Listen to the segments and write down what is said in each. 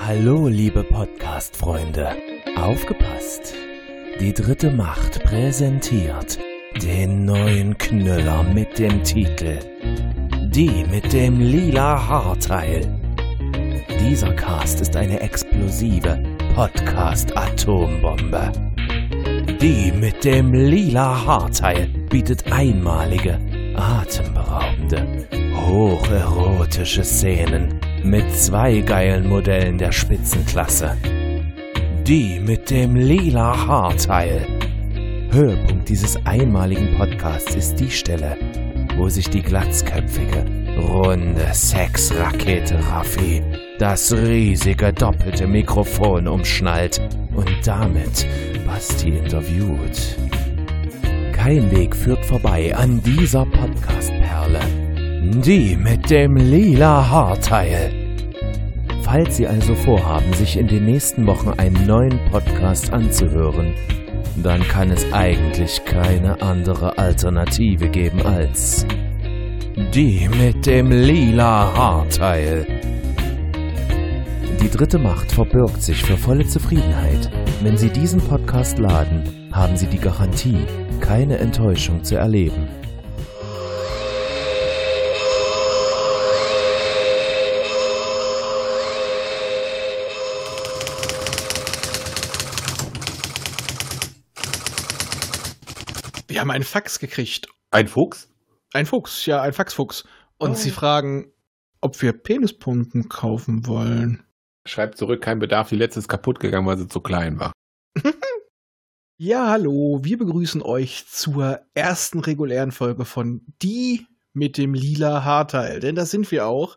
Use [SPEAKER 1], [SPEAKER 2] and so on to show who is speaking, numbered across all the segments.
[SPEAKER 1] Hallo, liebe Podcast-Freunde. Aufgepasst! Die dritte Macht präsentiert den neuen Knüller mit dem Titel Die mit dem lila Haarteil. Dieser Cast ist eine explosive Podcast-Atombombe. Die mit dem lila Haarteil bietet einmalige, atemberaubende, hocherotische Szenen mit zwei geilen Modellen der Spitzenklasse. Die mit dem lila Haarteil. Höhepunkt dieses einmaligen Podcasts ist die Stelle, wo sich die glatzköpfige, runde Sexrakete Raffi das riesige doppelte Mikrofon umschnallt und damit Basti interviewt. Kein Weg führt vorbei an dieser Podcast-Perle. Die mit dem lila Haarteil. Falls Sie also vorhaben, sich in den nächsten Wochen einen neuen Podcast anzuhören, dann kann es eigentlich keine andere Alternative geben als die mit dem lila Haarteil. Die dritte Macht verbirgt sich für volle Zufriedenheit. Wenn Sie diesen Podcast laden, haben Sie die Garantie, keine Enttäuschung zu erleben.
[SPEAKER 2] Wir haben einen Fax gekriegt.
[SPEAKER 3] Ein Fuchs?
[SPEAKER 2] Ein Fuchs, ja, ein Faxfuchs. Und sie fragen, ob wir Penispumpen kaufen wollen.
[SPEAKER 3] Schreibt zurück, kein Bedarf, die letzte ist kaputt gegangen, weil sie zu klein war.
[SPEAKER 2] Ja, hallo, wir begrüßen euch zur ersten regulären Folge von Die mit dem lila Haarteil, denn das sind wir auch.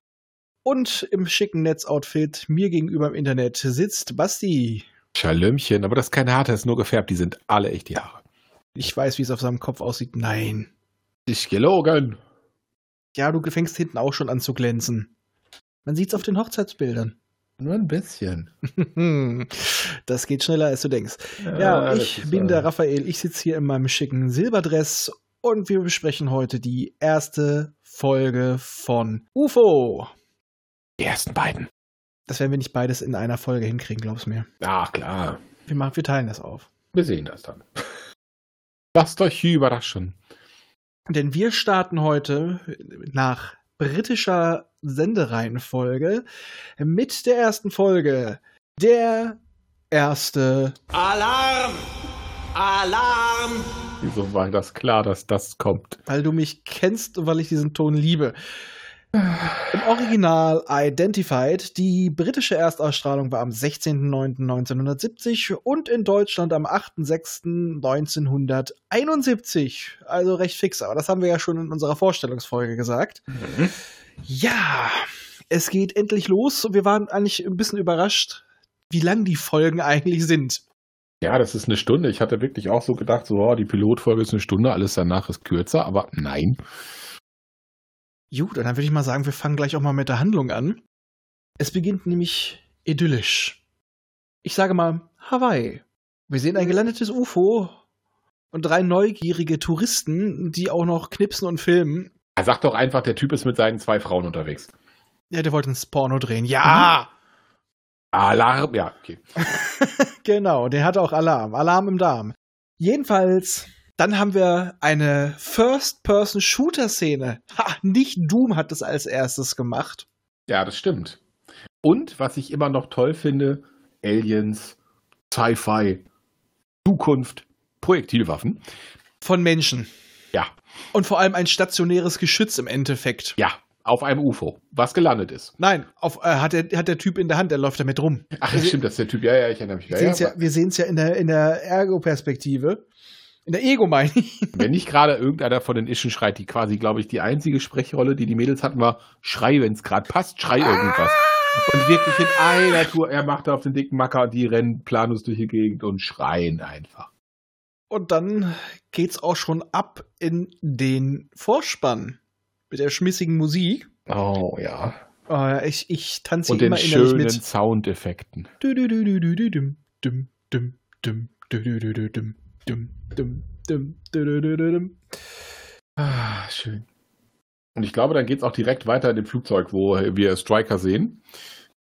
[SPEAKER 2] Und im schicken Netzoutfit mir gegenüber im Internet sitzt Basti.
[SPEAKER 3] Schalömchen, aber das ist keine Haare, das ist nur gefärbt, die sind alle echt die Haare.
[SPEAKER 2] Ich weiß, wie es auf seinem Kopf aussieht. Nein.
[SPEAKER 3] Ich gelogen.
[SPEAKER 2] Ja, du fängst hinten auch schon an zu glänzen. Man sieht's auf den Hochzeitsbildern.
[SPEAKER 3] Nur ein bisschen.
[SPEAKER 2] Das geht schneller, als du denkst. Ja,
[SPEAKER 3] das
[SPEAKER 2] ich
[SPEAKER 3] ist,
[SPEAKER 2] bin
[SPEAKER 3] äh,
[SPEAKER 2] der Raphael. Ich sitze hier in meinem schicken Silberdress und wir besprechen heute die erste Folge von UFO.
[SPEAKER 3] Die ersten beiden.
[SPEAKER 2] Das werden wir nicht beides in einer Folge hinkriegen, glaub's mir.
[SPEAKER 3] Ach klar,
[SPEAKER 2] Wir, machen, wir teilen das auf.
[SPEAKER 3] wir sehen das dann. Lasst euch überraschen.
[SPEAKER 2] Denn wir starten heute nach britischer Sendereihenfolge mit der ersten Folge. Der erste.
[SPEAKER 4] Alarm! Alarm!
[SPEAKER 3] Wieso war das klar, dass das kommt?
[SPEAKER 2] weil du mich kennst und weil ich diesen Ton liebe. Im Original Identified, die britische Erstausstrahlung war am 16.09.1970 und in Deutschland am 8.06.1971. Also recht fix, aber das haben wir ja schon in unserer Vorstellungsfolge gesagt. Ja, es geht endlich los und wir waren eigentlich ein bisschen überrascht, wie lang die Folgen eigentlich sind.
[SPEAKER 3] Ja, das ist eine Stunde. Ich hatte wirklich auch so gedacht, so, oh, die Pilotfolge ist eine Stunde, alles danach ist kürzer, aber nein.
[SPEAKER 2] Gut, und dann würde ich mal sagen, wir fangen gleich auch mal mit der Handlung an. Es beginnt nämlich idyllisch. Ich sage mal Hawaii. Wir sehen ein gelandetes UFO und drei neugierige Touristen, die auch noch knipsen und filmen.
[SPEAKER 3] Er sagt doch einfach, der Typ ist mit seinen zwei Frauen unterwegs.
[SPEAKER 2] Ja, der wollte ins Porno drehen.
[SPEAKER 3] Mhm.
[SPEAKER 2] Ja,
[SPEAKER 3] Ah. Alarm, ja, okay.
[SPEAKER 2] genau, der hatte auch Alarm. Alarm im Darm. Jedenfalls, dann haben wir eine First-Person-Shooter-Szene. Ha, nicht Doom hat das als erstes gemacht.
[SPEAKER 3] Ja, das stimmt. Und was ich immer noch toll finde, Aliens, Sci-Fi, Zukunft, Projektilwaffen.
[SPEAKER 2] Von Menschen.
[SPEAKER 3] Ja,
[SPEAKER 2] Und vor allem ein stationäres Geschütz im Endeffekt.
[SPEAKER 3] ja, auf einem UFO, was gelandet ist.
[SPEAKER 2] Nein, auf, äh, hat, der, hat der Typ in der Hand, der läuft damit rum.
[SPEAKER 3] Ach, das stimmt, das ist der Typ. Ja, ja, ich erinnere mich. Ja,
[SPEAKER 2] Wir sehen es ja,
[SPEAKER 3] ja.
[SPEAKER 2] wir sehen's ja in der, in der Ergo-Perspektive. In der Ego, meine ich.
[SPEAKER 3] Wenn nicht gerade irgendeiner von den Ischen schreit, die quasi, glaube ich, die einzige Sprechrolle, die die Mädels hatten, war Schrei, wenn es gerade passt, schrei irgendwas. Und wirklich in einer Tour, er macht da auf den dicken Macker und die rennen planlos durch die Gegend und schreien einfach.
[SPEAKER 2] Und dann geht's auch schon ab in den Vorspann. Mit der schmissigen Musik.
[SPEAKER 3] Oh ja.
[SPEAKER 2] Äh, ich ich tanze
[SPEAKER 3] Und den
[SPEAKER 2] immer innerlich
[SPEAKER 3] schönen
[SPEAKER 2] mit.
[SPEAKER 3] Soundeffekten.
[SPEAKER 2] Du, du, du, du, du, du, dum, dum, dum, dum, du, du, du, du, dum, dum, dum, dum, du, du, du, du, dum.
[SPEAKER 3] Ah, schön. Und ich glaube, dann geht es auch direkt weiter in dem Flugzeug, wo wir Striker sehen.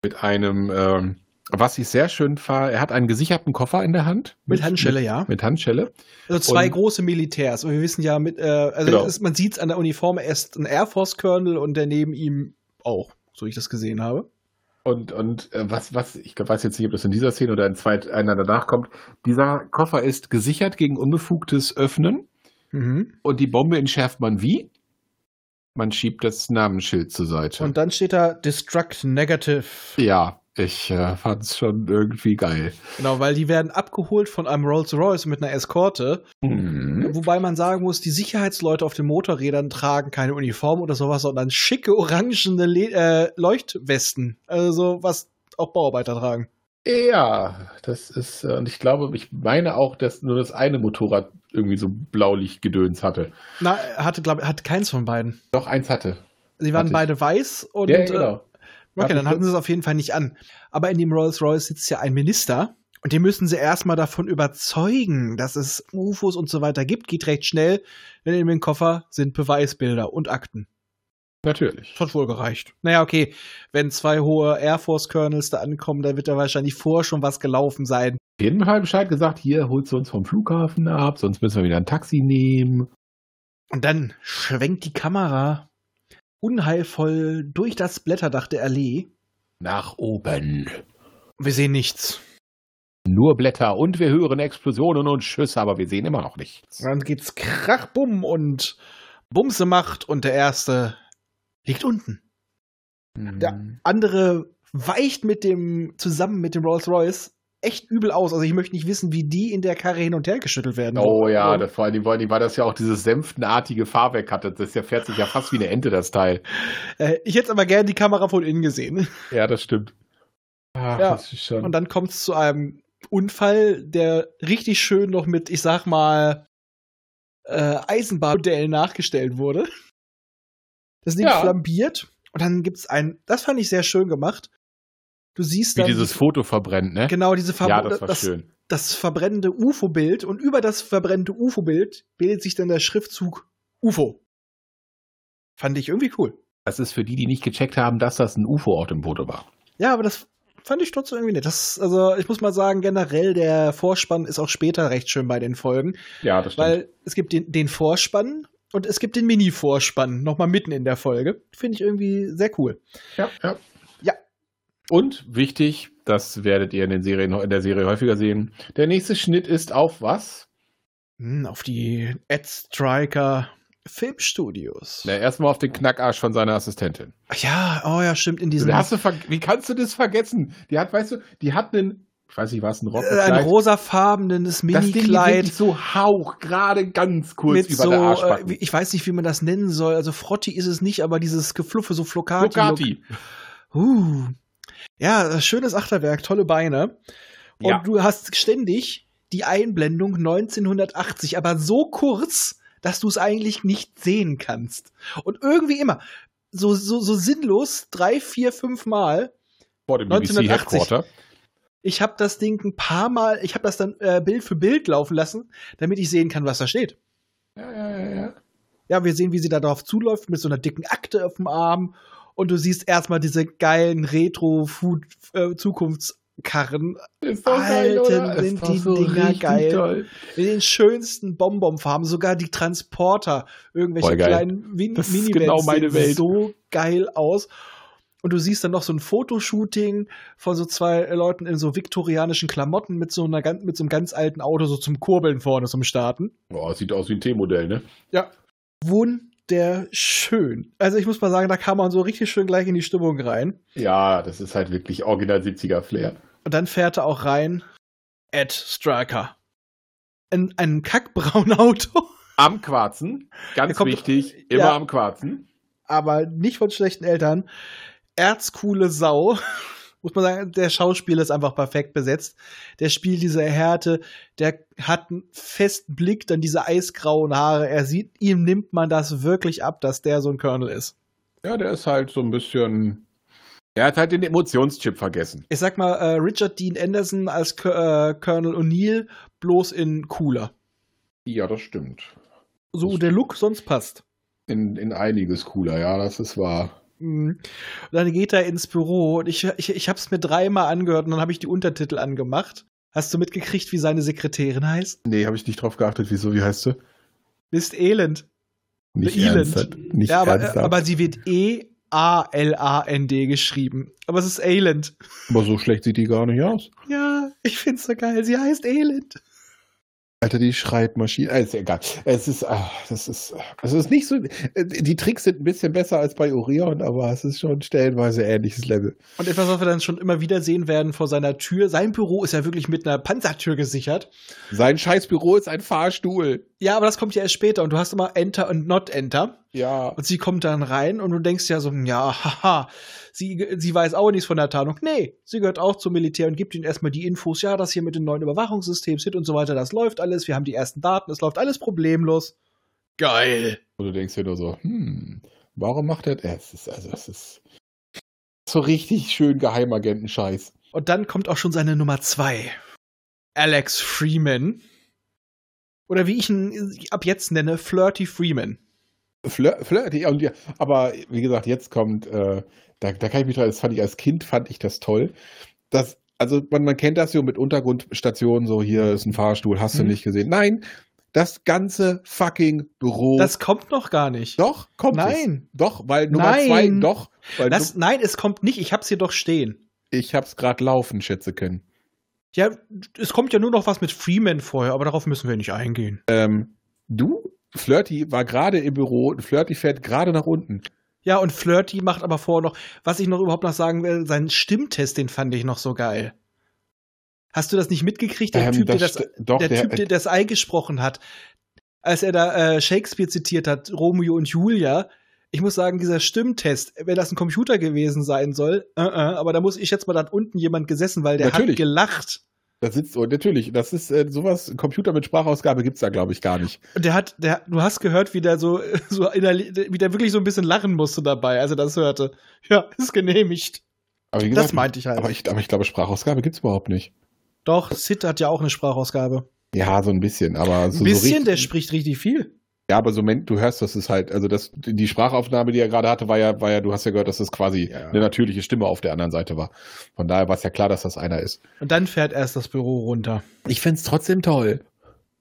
[SPEAKER 3] Mit einem ähm, Was ich sehr schön fand, er hat einen gesicherten Koffer in der Hand.
[SPEAKER 2] Mit Handschelle, ja.
[SPEAKER 3] Mit Handschelle.
[SPEAKER 2] Also zwei
[SPEAKER 3] Und-
[SPEAKER 2] große Militärs. Und wir wissen ja, mit, äh, also
[SPEAKER 3] Genau.
[SPEAKER 2] es ist, man sieht es an der Uniform, er ist ein Air Force Colonel und der neben ihm auch, so ich das gesehen habe.
[SPEAKER 3] Und, und äh, was, was, ich glaub, weiß jetzt nicht, ob das in dieser Szene oder in zweit, einer danach kommt. Dieser Koffer ist gesichert gegen unbefugtes Öffnen.
[SPEAKER 2] Mhm.
[SPEAKER 3] Und die Bombe entschärft man wie? Man schiebt das Namensschild zur Seite.
[SPEAKER 2] Und dann steht da Destruct Negative.
[SPEAKER 3] ja, ich äh, fand's schon irgendwie geil.
[SPEAKER 2] Genau, weil die werden abgeholt von einem Rolls Royce mit einer Eskorte. Wobei man sagen muss, die Sicherheitsleute auf den Motorrädern tragen keine Uniform oder sowas, sondern schicke orangene Le äh, Leuchtwesten. Also was auch Bauarbeiter tragen.
[SPEAKER 3] Ja, das ist, äh, und ich glaube, ich meine auch, dass nur das eine Motorrad irgendwie so Blaulichtgedöns hatte.
[SPEAKER 2] Na, hatte, glaube hat keins von beiden.
[SPEAKER 3] Doch eins hatte.
[SPEAKER 2] Sie waren
[SPEAKER 3] Hatte ich.
[SPEAKER 2] beide weiß und
[SPEAKER 3] ja,
[SPEAKER 2] äh,
[SPEAKER 3] genau.
[SPEAKER 2] Okay,
[SPEAKER 3] Hab
[SPEAKER 2] dann
[SPEAKER 3] ich
[SPEAKER 2] hatten
[SPEAKER 3] das-
[SPEAKER 2] sie es auf jeden Fall nicht an. Aber in dem Rolls-Royce sitzt ja ein Minister und den müssen sie erstmal davon überzeugen, dass es UFOs und so weiter gibt. Geht recht schnell, denn in dem Koffer sind Beweisbilder und Akten.
[SPEAKER 3] Natürlich.
[SPEAKER 2] Das hat wohl gereicht. Naja, okay, wenn zwei hohe Air Force-Colonels da ankommen, dann wird da wahrscheinlich vorher schon was gelaufen sein.
[SPEAKER 3] Auf jeden Fall Bescheid gesagt, hier holst du uns vom Flughafen ab, sonst müssen wir wieder ein Taxi nehmen.
[SPEAKER 2] Und dann schwenkt die Kamera unheilvoll durch das Blätterdach der Allee.
[SPEAKER 3] Nach oben.
[SPEAKER 2] Wir sehen nichts.
[SPEAKER 3] Nur Blätter und wir hören Explosionen und Schüsse, aber wir sehen immer noch nichts.
[SPEAKER 2] Dann geht's krach, bumm und Bumse macht und der erste liegt unten. Ja. Andere weicht mit dem, zusammen mit dem Rolls Royce echt übel aus. Also ich möchte nicht wissen, wie die in der Karre hin und her geschüttelt werden.
[SPEAKER 3] Oh ja, das, vor allem, vor allem, weil das ja auch dieses senftenartige Fahrwerk hatte. Das ja, fährt sich ja fast wie eine Ente, das Teil.
[SPEAKER 2] Äh, ich hätte aber gerne die Kamera von innen gesehen.
[SPEAKER 3] Ja, das stimmt. Ach,
[SPEAKER 2] Ja.
[SPEAKER 3] das ist schon.
[SPEAKER 2] Und dann kommt es zu einem Unfall, der richtig schön noch mit, ich sag mal, äh, Eisenbahnmodellen nachgestellt wurde. Das Ding
[SPEAKER 3] Ja.
[SPEAKER 2] flambiert und dann gibt es ein, das fand ich sehr schön gemacht. Du siehst
[SPEAKER 3] wie
[SPEAKER 2] dann
[SPEAKER 3] dieses Foto verbrennt, ne?
[SPEAKER 2] genau diese Farbe,
[SPEAKER 3] Ja, das war schön.
[SPEAKER 2] das verbrennende UFO-Bild und über das verbrennende UFO-Bild bildet sich dann der Schriftzug UFO. Fand ich irgendwie cool.
[SPEAKER 3] Das ist für die, die nicht gecheckt haben, dass das ein UFO-Ort im Foto war.
[SPEAKER 2] Ja, aber das fand ich trotzdem irgendwie nett. Das, also ich muss mal sagen, generell der Vorspann ist auch später recht schön bei den Folgen,
[SPEAKER 3] Ja, das
[SPEAKER 2] weil es gibt den, den Vorspann und es gibt den Mini-Vorspann nochmal mitten in der Folge. Finde ich irgendwie sehr cool.
[SPEAKER 3] Ja, ja.
[SPEAKER 2] Ja.
[SPEAKER 3] Und wichtig, das werdet ihr in, den Serien, in der Serie häufiger sehen, der nächste Schnitt ist auf was?
[SPEAKER 2] Hm, auf die Ad Striker Filmstudios.
[SPEAKER 3] Na, erstmal auf den Knackarsch von seiner Assistentin.
[SPEAKER 2] Ach ja, oh ja, stimmt, in diesem
[SPEAKER 3] Hast du ver- wie kannst du das vergessen? Die hat, weißt du, die hat einen, ich weiß nicht, war es ein Rock?
[SPEAKER 2] äh, ein rosafarbenes
[SPEAKER 3] das Ding geht
[SPEAKER 2] Mini-Kleid.
[SPEAKER 3] wirklich so hauchgerade ganz kurz
[SPEAKER 2] mit
[SPEAKER 3] über
[SPEAKER 2] so,
[SPEAKER 3] der
[SPEAKER 2] äh,
[SPEAKER 3] Arschbacken.
[SPEAKER 2] wie- ich weiß nicht, wie man das nennen soll. Also Frotti ist es nicht, aber dieses Gefluffe, so Flocati.
[SPEAKER 3] Ducati.
[SPEAKER 2] Uh. Ja, äh, schönes Achterwerk, tolle Beine. Und
[SPEAKER 3] Ja.
[SPEAKER 2] du hast ständig die Einblendung 1980, aber so kurz, dass du es eigentlich nicht sehen kannst. Und irgendwie immer, so, so, so sinnlos, drei, vier, fünf Mal.
[SPEAKER 3] Vor dem BBC
[SPEAKER 2] 1980.
[SPEAKER 3] Headquarter.
[SPEAKER 2] Ich habe das Ding ein paar Mal, ich habe das dann äh, Bild für Bild laufen lassen, damit ich sehen kann, was da steht.
[SPEAKER 3] Ja, ja, ja, ja.
[SPEAKER 2] Ja, wir sehen, wie sie da drauf zuläuft mit so einer dicken Akte auf dem Arm. Und du siehst erstmal diese geilen äh, Retro-Food-Zukunftskarren
[SPEAKER 3] Ist doch geil,
[SPEAKER 2] Alter,
[SPEAKER 3] oder? Ist
[SPEAKER 2] sind
[SPEAKER 3] doch
[SPEAKER 2] die Dinger
[SPEAKER 3] richtig
[SPEAKER 2] geil.
[SPEAKER 3] Toll.
[SPEAKER 2] in den schönsten Bonbonfarben, sogar die Transporter, irgendwelche
[SPEAKER 3] Voll geil.
[SPEAKER 2] kleinen Win
[SPEAKER 3] Das ist
[SPEAKER 2] Minivans
[SPEAKER 3] genau meine
[SPEAKER 2] sehen
[SPEAKER 3] Welt.
[SPEAKER 2] so geil aus. Und du siehst dann noch so ein Fotoshooting von so zwei Leuten in so viktorianischen Klamotten mit so, einer, gan- mit so einem ganz alten Auto so zum Kurbeln vorne zum Starten.
[SPEAKER 3] Boah, sieht aus wie ein T-Modell, ne?
[SPEAKER 2] Wunderschön. Also ich muss mal sagen, da kam man so richtig schön gleich in die Stimmung rein.
[SPEAKER 3] Ja, das ist halt wirklich original 70er Flair.
[SPEAKER 2] Und dann fährt er auch rein. Ed Striker. In einem kackbraunen Auto.
[SPEAKER 3] Am Quarzen, ganz
[SPEAKER 2] Er kommt-
[SPEAKER 3] wichtig,
[SPEAKER 2] ja.
[SPEAKER 3] immer am Quarzen.
[SPEAKER 2] Aber nicht von schlechten Eltern. Erzcoole Sau. Muss man sagen, der Schauspieler ist einfach perfekt besetzt. Der spielt diese Härte, der hat einen festen Blick, dann diese eisgrauen Haare. Er sieht, ihm nimmt man das wirklich ab, dass der so ein Colonel ist.
[SPEAKER 3] Ja, der ist halt so ein bisschen. Er hat halt den Emotionschip vergessen.
[SPEAKER 2] Ich sag mal, äh, Richard Dean Anderson als Co- äh, Colonel O'Neill, bloß in cooler.
[SPEAKER 3] Ja, das stimmt.
[SPEAKER 2] So der Look sonst passt.
[SPEAKER 3] In, in einiges cooler, ja, das ist wahr.
[SPEAKER 2] Mhm. Und dann geht er ins Büro und ich, ich, ich habe es mir dreimal angehört und dann habe ich die Untertitel angemacht. Hast du mitgekriegt, wie seine Sekretärin heißt?
[SPEAKER 3] Nee, habe ich nicht drauf geachtet. Wieso? Wie heißt du?
[SPEAKER 2] Bist elend.
[SPEAKER 3] Nicht
[SPEAKER 2] Elend.
[SPEAKER 3] ernsthaft. Nicht
[SPEAKER 2] ja, aber, äh,
[SPEAKER 3] ernsthaft.
[SPEAKER 2] aber sie wird E E-A-L-A-N-D geschrieben. Aber es ist Elend.
[SPEAKER 3] aber so schlecht sieht die gar nicht aus.
[SPEAKER 2] Ja, ich find's so geil. Sie heißt Elend.
[SPEAKER 3] Alter, die Schreibmaschine. Ah, ist ja egal. Es ist, ah, das ist, ah, es ist nicht so. äh, Die Tricks sind ein bisschen besser als bei Orion, aber es ist schon stellenweise ähnliches Level.
[SPEAKER 2] Und etwas, was wir dann schon immer wieder sehen werden vor seiner Tür. Sein Büro ist ja wirklich mit einer Panzertür gesichert.
[SPEAKER 3] Sein Scheißbüro ist ein Fahrstuhl.
[SPEAKER 2] Ja, aber das kommt ja erst später und du hast immer Enter und Not Enter.
[SPEAKER 3] Ja.
[SPEAKER 2] Und sie kommt dann rein und du denkst ja so, ja, haha, sie, sie weiß auch nichts von der Tarnung. Nee, sie gehört auch zum Militär und gibt ihnen erstmal die Infos, ja, das hier mit den neuen Überwachungssystems hit und so weiter, das läuft alles, wir haben die ersten Daten, es läuft alles problemlos. Geil.
[SPEAKER 3] Und du denkst dir nur so, hm, warum macht er das? Es ist, also, es ist so richtig schön Geheimagentenscheiß.
[SPEAKER 2] Und dann kommt auch schon seine Nummer zwei. Alex Freeman. Oder wie ich ihn äh, ab jetzt nenne, Flirty Freeman.
[SPEAKER 3] Flir flirty. Und ja, aber wie gesagt, jetzt kommt, äh, da, da kann ich mich dran, das fand ich als Kind, fand ich das toll. Das, also man, man kennt das so mit Untergrundstationen, so hier ist ein Fahrstuhl, hast du
[SPEAKER 2] Mhm.
[SPEAKER 3] nicht gesehen. Nein, das ganze fucking Büro.
[SPEAKER 2] Das kommt noch gar nicht.
[SPEAKER 3] Oh. doch, kommt
[SPEAKER 2] Nein.
[SPEAKER 3] Es. Doch, weil Nummer
[SPEAKER 2] Nein.
[SPEAKER 3] zwei, doch. Weil
[SPEAKER 2] Das,
[SPEAKER 3] du,
[SPEAKER 2] nein, es kommt nicht. Ich hab's hier doch stehen.
[SPEAKER 3] ich hab's gerade laufen, schätze können.
[SPEAKER 2] Ja, es kommt ja nur noch was mit Freeman vorher, aber darauf müssen wir nicht eingehen.
[SPEAKER 3] Ähm, du, Flirty, war gerade im Büro und Flirty fährt gerade nach unten.
[SPEAKER 2] Ja, und Flirty macht aber vorher noch, was ich noch überhaupt noch sagen will, seinen Stimmtest, den fand ich noch so geil. Hast du das nicht mitgekriegt? Der
[SPEAKER 3] Ähm,
[SPEAKER 2] Typ, der
[SPEAKER 3] das
[SPEAKER 2] das,
[SPEAKER 3] st- doch,
[SPEAKER 2] der
[SPEAKER 3] der- äh,
[SPEAKER 2] typ, der das Ei gesprochen hat, als er da äh, Shakespeare zitiert hat, Romeo und Julia. Ich muss sagen, dieser Stimmtest, wenn das ein Computer gewesen sein soll, äh, äh, aber da muss ich jetzt mal da unten jemand gesessen, weil der
[SPEAKER 3] Natürlich.
[SPEAKER 2] hat gelacht.
[SPEAKER 3] Da sitzt, und natürlich, das ist äh, sowas, Computer mit Sprachausgabe gibt's da, glaube ich, gar nicht.
[SPEAKER 2] Und der hat, der, du hast gehört, wie der so, so innerlich, wie der wirklich so ein bisschen lachen musste dabei, als er das hörte. Ja, ist genehmigt.
[SPEAKER 3] Aber wie
[SPEAKER 2] das meinte ich halt.
[SPEAKER 3] Aber ich, aber ich glaube, Sprachausgabe gibt es überhaupt nicht.
[SPEAKER 2] Doch, Sid hat ja auch eine Sprachausgabe.
[SPEAKER 3] Ja, so ein bisschen, aber so,
[SPEAKER 2] Ein bisschen,
[SPEAKER 3] so
[SPEAKER 2] der
[SPEAKER 3] richtig,
[SPEAKER 2] spricht richtig viel.
[SPEAKER 3] Ja, aber so men- du hörst, dass es halt, also das, die Sprachaufnahme, die er gerade hatte, war ja, war ja, du hast ja gehört, dass das quasi eine natürliche Stimme auf der anderen Seite war. Von daher war es ja klar, dass das einer ist.
[SPEAKER 2] Und dann fährt erst das Büro runter.
[SPEAKER 3] Ich find's trotzdem toll.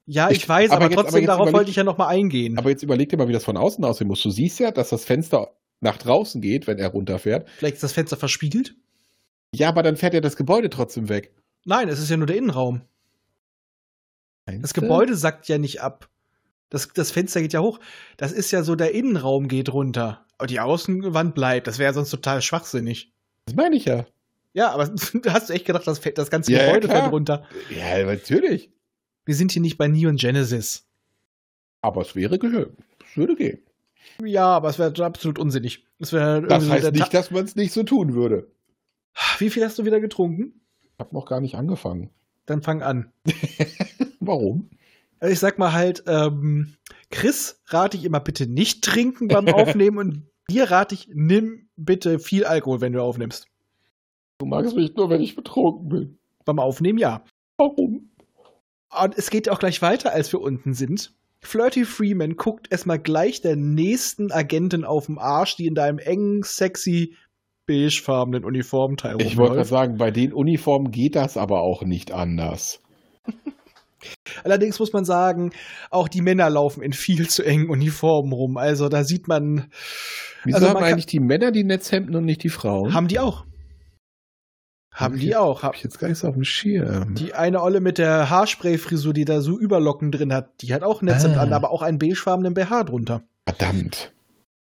[SPEAKER 2] Ja, ich,
[SPEAKER 3] Ich-
[SPEAKER 2] weiß, aber,
[SPEAKER 3] aber jetzt- aber
[SPEAKER 2] trotzdem,
[SPEAKER 3] jetzt
[SPEAKER 2] darauf
[SPEAKER 3] überleg-
[SPEAKER 2] wollte ich ja nochmal eingehen.
[SPEAKER 3] Aber jetzt überleg dir mal, wie das von außen aussehen muss. Du siehst ja, dass das Fenster nach draußen geht, wenn er runterfährt.
[SPEAKER 2] Vielleicht ist das Fenster verspiegelt?
[SPEAKER 3] Ja, aber dann fährt ja das Gebäude trotzdem weg.
[SPEAKER 2] Nein, es ist ja nur der Innenraum. Das Gebäude sackt ja nicht ab. Das, das Fenster geht ja hoch. Das ist ja so, der Innenraum geht runter. Aber die Außenwand bleibt. Das wäre ja sonst total schwachsinnig.
[SPEAKER 3] Das meine ich ja.
[SPEAKER 2] Ja, aber hast du echt gedacht, das, fällt- das ganze
[SPEAKER 3] Ja, ja,
[SPEAKER 2] Gebäude
[SPEAKER 3] klar.
[SPEAKER 2] fällt runter?
[SPEAKER 3] Ja, natürlich.
[SPEAKER 2] Wir sind hier nicht bei Neon Genesis.
[SPEAKER 3] Aber es wäre gehört. Es würde gehen.
[SPEAKER 2] Ja, aber es wäre absolut unsinnig. Es wäre irgendwie
[SPEAKER 3] Das
[SPEAKER 2] so
[SPEAKER 3] heißt
[SPEAKER 2] Also der
[SPEAKER 3] nicht,
[SPEAKER 2] Ta-
[SPEAKER 3] dass man es nicht so tun würde.
[SPEAKER 2] Wie viel hast du wieder getrunken?
[SPEAKER 3] habe noch gar nicht angefangen.
[SPEAKER 2] Dann fang an.
[SPEAKER 3] Warum?
[SPEAKER 2] Also ich sag mal halt, ähm, Chris rate ich immer bitte nicht trinken beim Aufnehmen und dir rate ich, nimm bitte viel Alkohol, wenn du aufnimmst.
[SPEAKER 3] Du magst mich nur, wenn ich betrunken bin.
[SPEAKER 2] Beim Aufnehmen ja.
[SPEAKER 3] Warum?
[SPEAKER 2] Und es geht auch gleich weiter, als wir unten sind. Flirty Freeman guckt erstmal gleich der nächsten Agentin auf dem Arsch, die in deinem engen, sexy, beigefarbenen Uniformteil
[SPEAKER 3] Ich wollte gerade
[SPEAKER 2] rumläuft.
[SPEAKER 3] sagen, bei den Uniformen geht das aber auch nicht anders.
[SPEAKER 2] Allerdings muss man sagen, auch die Männer laufen in viel zu engen Uniformen rum. Also da sieht man,
[SPEAKER 3] Wieso
[SPEAKER 2] Also
[SPEAKER 3] haben
[SPEAKER 2] man kann-
[SPEAKER 3] eigentlich die Männer die Netzhemden und nicht die Frauen?
[SPEAKER 2] haben die auch. Haben
[SPEAKER 3] Hm? Okay.
[SPEAKER 2] die auch.
[SPEAKER 3] Hab
[SPEAKER 2] Hab-
[SPEAKER 3] ich jetzt gar nicht so auf dem Schirm.
[SPEAKER 2] Die eine Olle mit der Haarspray-Frisur, die da so Überlocken drin hat, die hat auch ein Netzhemd
[SPEAKER 3] Ah.
[SPEAKER 2] an, aber auch einen beigefarbenen BH drunter.
[SPEAKER 3] Verdammt.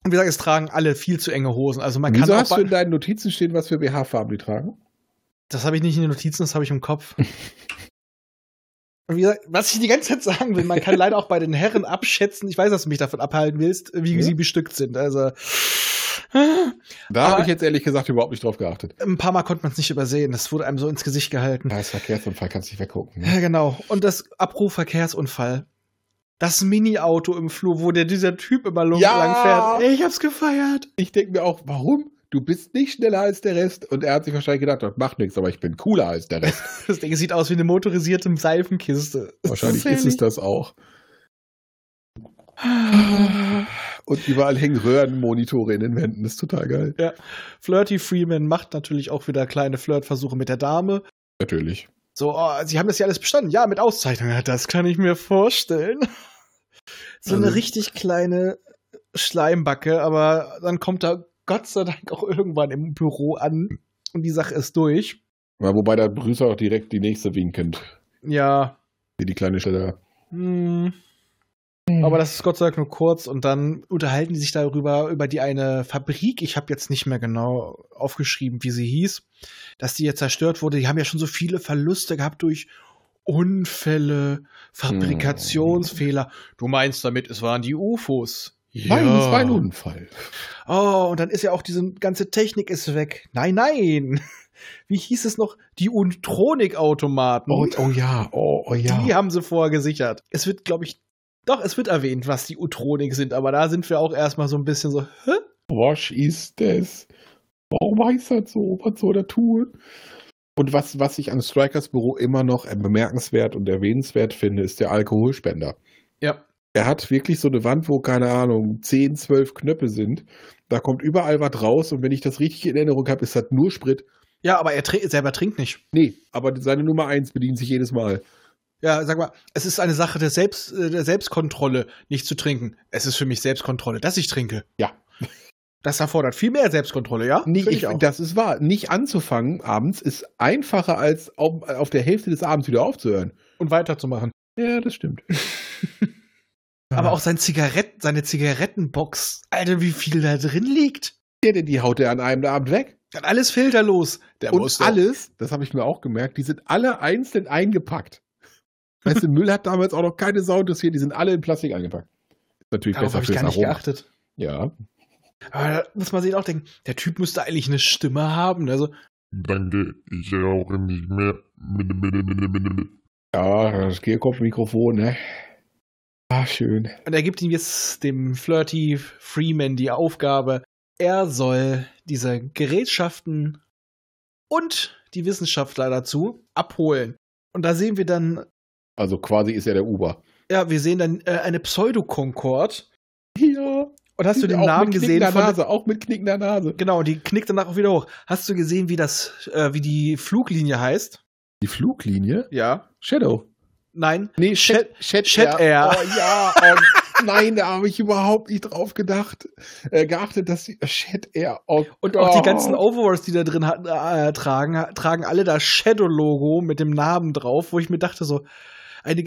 [SPEAKER 2] Und wie gesagt, es tragen alle viel zu enge Hosen. Also man kann
[SPEAKER 3] Wieso
[SPEAKER 2] auch
[SPEAKER 3] hast du in
[SPEAKER 2] bei,
[SPEAKER 3] deinen Notizen stehen, was für BH-Farben die tragen?
[SPEAKER 2] Das habe ich nicht in den Notizen, das habe ich im Kopf. Und wie gesagt, was ich die ganze Zeit sagen will, man kann leider auch bei den Herren abschätzen, ich weiß, dass du mich davon abhalten willst, wie
[SPEAKER 3] Ja.
[SPEAKER 2] sie bestückt sind. Also
[SPEAKER 3] Da
[SPEAKER 2] Aber-
[SPEAKER 3] habe ich jetzt ehrlich gesagt überhaupt nicht drauf geachtet.
[SPEAKER 2] ein paar Mal konnte man es nicht übersehen. Das wurde einem so ins Gesicht gehalten.
[SPEAKER 3] Da ist Verkehrsunfall, kannst nicht weggucken. ne?
[SPEAKER 2] Ja, genau. Und das Abruf Verkehrsunfall. Das Mini-Auto im Flur, wo der dieser Typ immer lang
[SPEAKER 3] Ja!
[SPEAKER 2] fährt. Ey, ich hab's gefeiert.
[SPEAKER 3] Ich denke mir auch, warum? Du bist nicht schneller als der Rest. Und er hat sich wahrscheinlich gedacht, das macht nichts, aber ich bin cooler als der Rest.
[SPEAKER 2] Das Ding sieht aus wie eine motorisierte Seifenkiste.
[SPEAKER 3] Wahrscheinlich ist es das auch. Und überall hängen Röhrenmonitore in den Wänden. Das ist total geil.
[SPEAKER 2] Flirty Freeman macht natürlich auch wieder kleine Flirtversuche mit der Dame.
[SPEAKER 3] Natürlich.
[SPEAKER 2] So, oh, sie haben das ja alles bestanden. Ja, mit Auszeichnung. Ja, Das kann ich mir vorstellen. So eine
[SPEAKER 3] Also-
[SPEAKER 2] richtig kleine Schleimbacke, aber dann kommt er Gott sei Dank auch irgendwann im Büro an und die Sache ist durch.
[SPEAKER 3] Ja, wobei da begrüßt er auch direkt die nächste winkend.
[SPEAKER 2] Ja,
[SPEAKER 3] Die, die kleine Stelle.
[SPEAKER 2] hm.
[SPEAKER 3] Hm.
[SPEAKER 2] aber das ist Gott sei Dank nur kurz und dann unterhalten die sich darüber, über die eine Fabrik, ich habe jetzt nicht mehr genau aufgeschrieben, wie sie hieß, dass die jetzt zerstört wurde. Die haben ja schon so viele Verluste gehabt durch Unfälle, Fabrikationsfehler. Du meinst damit, es waren die UFOs.
[SPEAKER 3] Nein, es war ein Unfall.
[SPEAKER 2] Oh, und dann ist ja auch diese ganze Technik ist weg. Nein, nein. Wie hieß es noch? Die Untronikautomaten.
[SPEAKER 3] Oh, oh ja, oh, oh ja.
[SPEAKER 2] Die haben sie vorher gesichert. Es wird, glaube ich, doch, es wird erwähnt, was die Utronik sind, aber da sind wir auch erstmal so ein bisschen so, hä?
[SPEAKER 3] Was ist das? Warum heißt das so? Was soll er tun? Und was, was ich an Strikers Büro immer noch äh, bemerkenswert und erwähnenswert finde, ist der Alkoholspender.
[SPEAKER 2] Ja.
[SPEAKER 3] Er hat wirklich so eine Wand, wo, keine Ahnung, 10, 12 Knöpfe sind. Da kommt überall was raus und wenn ich das richtig in Erinnerung habe, ist das nur Sprit.
[SPEAKER 2] Ja, aber er tr selber trinkt nicht.
[SPEAKER 3] Nee, aber seine Nummer 1 bedient sich jedes Mal.
[SPEAKER 2] Ja, sag mal, es ist eine Sache der, Selbst, äh, der Selbstkontrolle, nicht zu trinken. Es ist für mich Selbstkontrolle, dass ich trinke.
[SPEAKER 3] Ja.
[SPEAKER 2] Das erfordert viel mehr Selbstkontrolle, ja?
[SPEAKER 3] Nee,
[SPEAKER 2] Finde
[SPEAKER 3] ich, das ist wahr. Nicht anzufangen abends ist einfacher, als auf, auf der Hälfte des Abends wieder aufzuhören.
[SPEAKER 2] Und weiterzumachen.
[SPEAKER 3] Ja, das stimmt.
[SPEAKER 2] Aber auch sein Zigarett, seine Zigarettenbox, Alter, wie viel da drin liegt.
[SPEAKER 3] der denn die haut er an einem Abend weg.
[SPEAKER 2] Dann alles filterlos. Der
[SPEAKER 3] und
[SPEAKER 2] muss doch-
[SPEAKER 3] alles, das habe ich mir auch gemerkt, die sind alle einzeln eingepackt. Weißt du, Müll hat damals auch noch keine Sau interessiert, die sind alle in Plastik eingepackt. Ist natürlich
[SPEAKER 2] Darauf
[SPEAKER 3] besser
[SPEAKER 2] habe ich
[SPEAKER 3] fürs
[SPEAKER 2] gar nicht
[SPEAKER 3] Aroma.
[SPEAKER 2] geachtet.
[SPEAKER 3] Ja.
[SPEAKER 2] Aber da muss man sich auch denken, der Typ müsste eigentlich eine Stimme haben. Also,
[SPEAKER 5] Danke, ich rauche nicht mehr. Bitte, bitte, bitte, bitte, bitte.
[SPEAKER 3] Ja, das Kehlkopfmikrofon, ne? Ah, schön.
[SPEAKER 2] und er gibt ihm jetzt dem Flirty Freeman die Aufgabe, er soll diese Gerätschaften und die Wissenschaftler dazu abholen. Und da sehen wir dann,
[SPEAKER 3] Also quasi ist er der Uber.
[SPEAKER 2] ja, wir sehen dann äh, eine Pseudokonkord.
[SPEAKER 3] Ja.
[SPEAKER 2] Und hast du den Namen gesehen?
[SPEAKER 3] Von
[SPEAKER 2] Von der,
[SPEAKER 3] Nase, auch mit knickender Nase.
[SPEAKER 2] genau, die knickt danach auch wieder hoch. Hast du gesehen, wie das, äh, wie die Fluglinie heißt?
[SPEAKER 3] Die Fluglinie?
[SPEAKER 2] Ja.
[SPEAKER 3] Shadow.
[SPEAKER 2] Nein,
[SPEAKER 3] Nee,
[SPEAKER 2] Shed-
[SPEAKER 3] Shed,
[SPEAKER 2] Shed
[SPEAKER 3] Air.
[SPEAKER 2] Air.
[SPEAKER 3] Oh ja, oh, nein, da habe ich überhaupt nicht drauf gedacht, äh, geachtet, dass die Shed Air. Oh,
[SPEAKER 2] Und auch die
[SPEAKER 3] Gott.
[SPEAKER 2] ganzen Overalls, die da drin hat, äh, tragen, ha- tragen alle das Shadow-Logo mit dem Namen drauf, wo ich mir dachte so, eine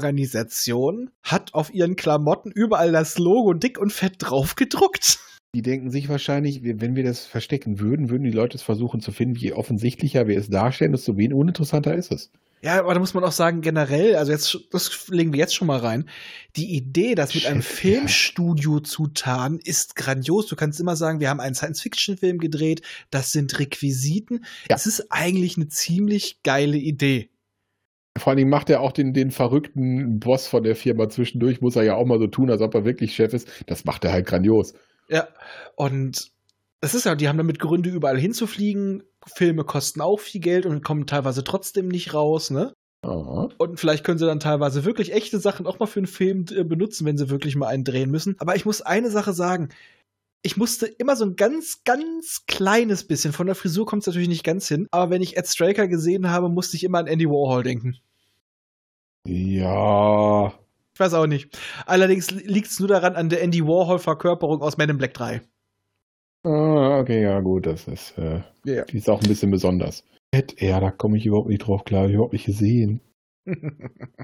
[SPEAKER 2] Geheimorganisation hat auf ihren Klamotten überall das Logo dick und fett drauf gedruckt.
[SPEAKER 3] Die denken sich wahrscheinlich, wir- wenn wir das verstecken würden, würden die Leute es versuchen zu finden. Je offensichtlicher wir es darstellen, desto wen uninteressanter ist es.
[SPEAKER 2] Ja, aber da muss man auch sagen, generell, also jetzt, das legen wir jetzt schon mal rein. Die Idee, das mit einem
[SPEAKER 3] Shit, ja.
[SPEAKER 2] Filmstudio zu tarnen, ist grandios. Du kannst immer sagen, wir haben einen Science-Fiction-Film gedreht, das sind Requisiten.
[SPEAKER 3] Ja.
[SPEAKER 2] Es ist eigentlich eine ziemlich geile Idee.
[SPEAKER 3] Vor allen Dingen macht er auch den, den verrückten Boss von der Firma zwischendurch, muss er ja auch mal so tun, als ob er wirklich Chef ist. Das macht er halt grandios.
[SPEAKER 2] Ja, und es ist ja, die haben damit Gründe, überall hinzufliegen. Filme kosten auch viel Geld und kommen teilweise trotzdem nicht raus, ne?
[SPEAKER 3] Aha.
[SPEAKER 2] Und vielleicht können sie dann teilweise wirklich echte Sachen auch mal für einen Film äh, benutzen, wenn sie wirklich mal einen drehen müssen. Aber ich muss eine Sache sagen. Ich musste immer so ein ganz, ganz kleines bisschen, von der Frisur kommt es natürlich nicht ganz hin, aber wenn ich Ed Straker gesehen habe, musste ich immer an Andy Warhol denken.
[SPEAKER 3] Ja.
[SPEAKER 2] Ich weiß auch nicht. Allerdings liegt es nur daran an der Andy Warhol-Verkörperung aus Men in Black 3.
[SPEAKER 3] Ah, okay, ja, gut, das ist, äh,
[SPEAKER 2] Ja, ja.
[SPEAKER 3] die ist auch ein bisschen besonders. Shed Air, da komme ich überhaupt nicht drauf klar, hab ich überhaupt nicht gesehen.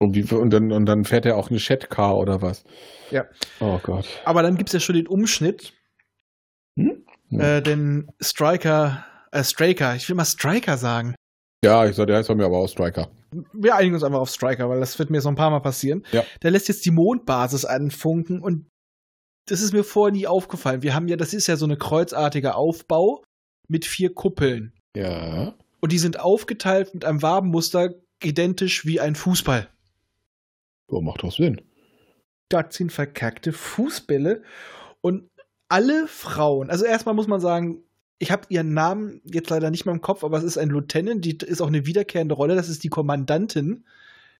[SPEAKER 3] Und, wie, und, dann, und dann fährt er auch eine Shed Car oder was?
[SPEAKER 2] Ja.
[SPEAKER 3] Oh Gott.
[SPEAKER 2] Aber dann gibt es ja schon den Umschnitt.
[SPEAKER 3] Hm?
[SPEAKER 2] Äh, denn Striker, äh, Straker, ich will mal Striker sagen.
[SPEAKER 3] Ja, ich sag, der heißt bei mir aber auch Striker.
[SPEAKER 2] Wir einigen uns einfach auf Striker, weil das wird mir so ein paar Mal passieren.
[SPEAKER 3] Ja.
[SPEAKER 2] Der lässt jetzt die Mondbasis anfunken und das ist mir vorher nie aufgefallen. Wir haben ja, das ist ja so eine kreuzartige Aufbau mit vier Kuppeln.
[SPEAKER 3] Ja.
[SPEAKER 2] Und die sind aufgeteilt mit einem Wabenmuster identisch wie ein Fußball.
[SPEAKER 3] So macht doch Sinn.
[SPEAKER 2] dort sind verkackte Fußbälle und alle Frauen, also erstmal muss man sagen, ich habe ihren Namen jetzt leider nicht mehr im Kopf, aber es ist ein Lieutenant, die ist auch eine wiederkehrende Rolle, das ist die Kommandantin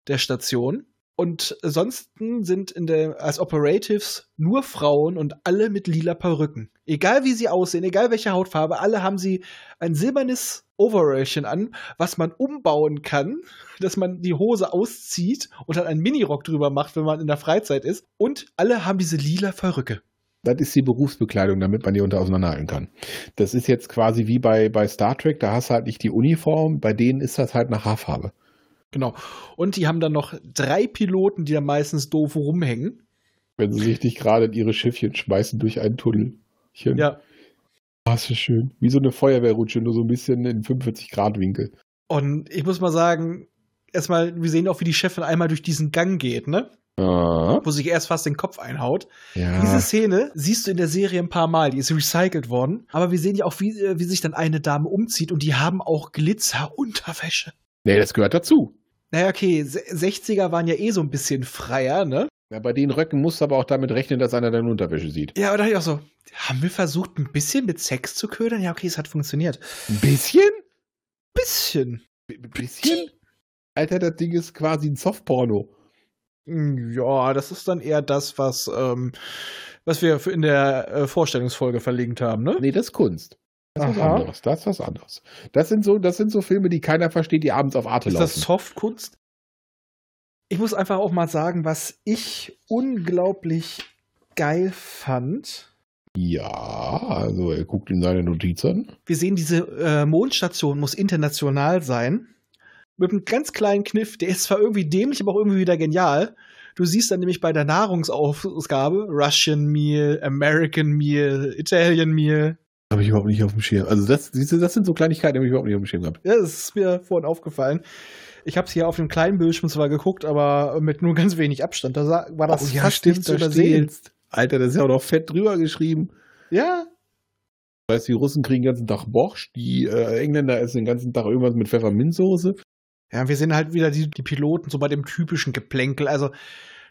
[SPEAKER 2] der Station. Und ansonsten sind in der, als Operatives nur Frauen und alle mit lila Perücken. Egal wie sie aussehen, egal welche Hautfarbe, alle haben sie ein silbernes Overallchen an, was man umbauen kann, dass man die Hose auszieht und dann einen Minirock drüber macht, wenn man in der Freizeit ist. Und alle haben diese lila Perücke.
[SPEAKER 3] Das ist die Berufsbekleidung, damit man die unter auseinanderhalten kann. Das ist jetzt quasi wie bei, bei Star Trek, da hast du halt nicht die Uniform, bei denen ist das halt nach Haarfarbe.
[SPEAKER 2] Genau. Und die haben dann noch drei Piloten, die da meistens doof rumhängen.
[SPEAKER 3] Wenn sie sich nicht gerade in ihre Schiffchen schmeißen durch einen Tunnel.
[SPEAKER 2] Ja.
[SPEAKER 3] Ah, ist das schön. Wie so eine Feuerwehrrutsche, nur so ein bisschen in 45 Grad Winkel.
[SPEAKER 2] Und ich muss mal sagen, erstmal, wir sehen auch, wie die Chefin einmal durch diesen Gang geht, ne?
[SPEAKER 3] Ah,
[SPEAKER 2] Wo sich erst fast den Kopf einhaut. Diese
[SPEAKER 3] ja.
[SPEAKER 2] Szene siehst du in der Serie ein paar Mal, die ist recycelt worden. Aber wir sehen ja auch, wie, äh, wie sich dann eine Dame umzieht und die haben auch Glitzerunterwäsche.
[SPEAKER 3] Nee, das gehört dazu.
[SPEAKER 2] Naja, okay, se- 60er waren ja eh so ein bisschen freier, ne?
[SPEAKER 3] Ja, bei den Röcken musst du aber auch damit rechnen, dass einer deine Unterwäsche sieht.
[SPEAKER 2] Ja, aber da dachte ich auch so, haben wir versucht, ein bisschen mit Sex zu ködern? Ja, okay, es hat funktioniert.
[SPEAKER 3] Ein bisschen?
[SPEAKER 2] Bisschen.
[SPEAKER 3] Ein bisschen? Alter, das Ding ist quasi ein Softporno.
[SPEAKER 2] Ja, das ist dann eher das, was, ähm, was wir für- in der äh, Vorstellungsfolge verlinkt haben, ne?
[SPEAKER 3] Nee, das ist Kunst. Das ist was
[SPEAKER 2] Aha.
[SPEAKER 3] anderes. Das ist was anderes. Das sind so, das sind so Filme, die keiner versteht, die abends auf Arte
[SPEAKER 2] Ist das
[SPEAKER 3] laufen.
[SPEAKER 2] Softkunst? Ich muss einfach auch mal sagen, was ich unglaublich geil fand.
[SPEAKER 3] ja, also er guckt in seine Notizen.
[SPEAKER 2] Wir sehen, diese äh, Mondstation muss international sein. Mit einem ganz kleinen Kniff, der ist zwar irgendwie dämlich, aber auch irgendwie wieder genial. Du siehst dann nämlich bei der Nahrungsausgabe Russian Meal, American Meal, Italian Meal.
[SPEAKER 3] Habe ich überhaupt nicht auf dem Schirm. Also das, siehst du, das sind so Kleinigkeiten, die habe ich überhaupt nicht auf dem Schirm gehabt.
[SPEAKER 2] Ja, das ist mir vorhin aufgefallen. Ich habe es hier auf dem kleinen Bildschirm zwar geguckt, aber mit nur ganz wenig Abstand. Da sa- war das
[SPEAKER 3] Oh ja,
[SPEAKER 2] fast
[SPEAKER 3] stimmt,
[SPEAKER 2] nicht zu
[SPEAKER 3] da
[SPEAKER 2] übersehen.
[SPEAKER 3] steht's. Alter, das ist ja auch noch fett drüber geschrieben.
[SPEAKER 2] Ja,
[SPEAKER 3] Weißt du, die Russen kriegen den ganzen Tag Borsch, die äh, Engländer essen den ganzen Tag irgendwas mit Pfefferminzsoße.
[SPEAKER 2] Ja, wir sehen halt wieder die, die Piloten so bei dem typischen Geplänkel. Also,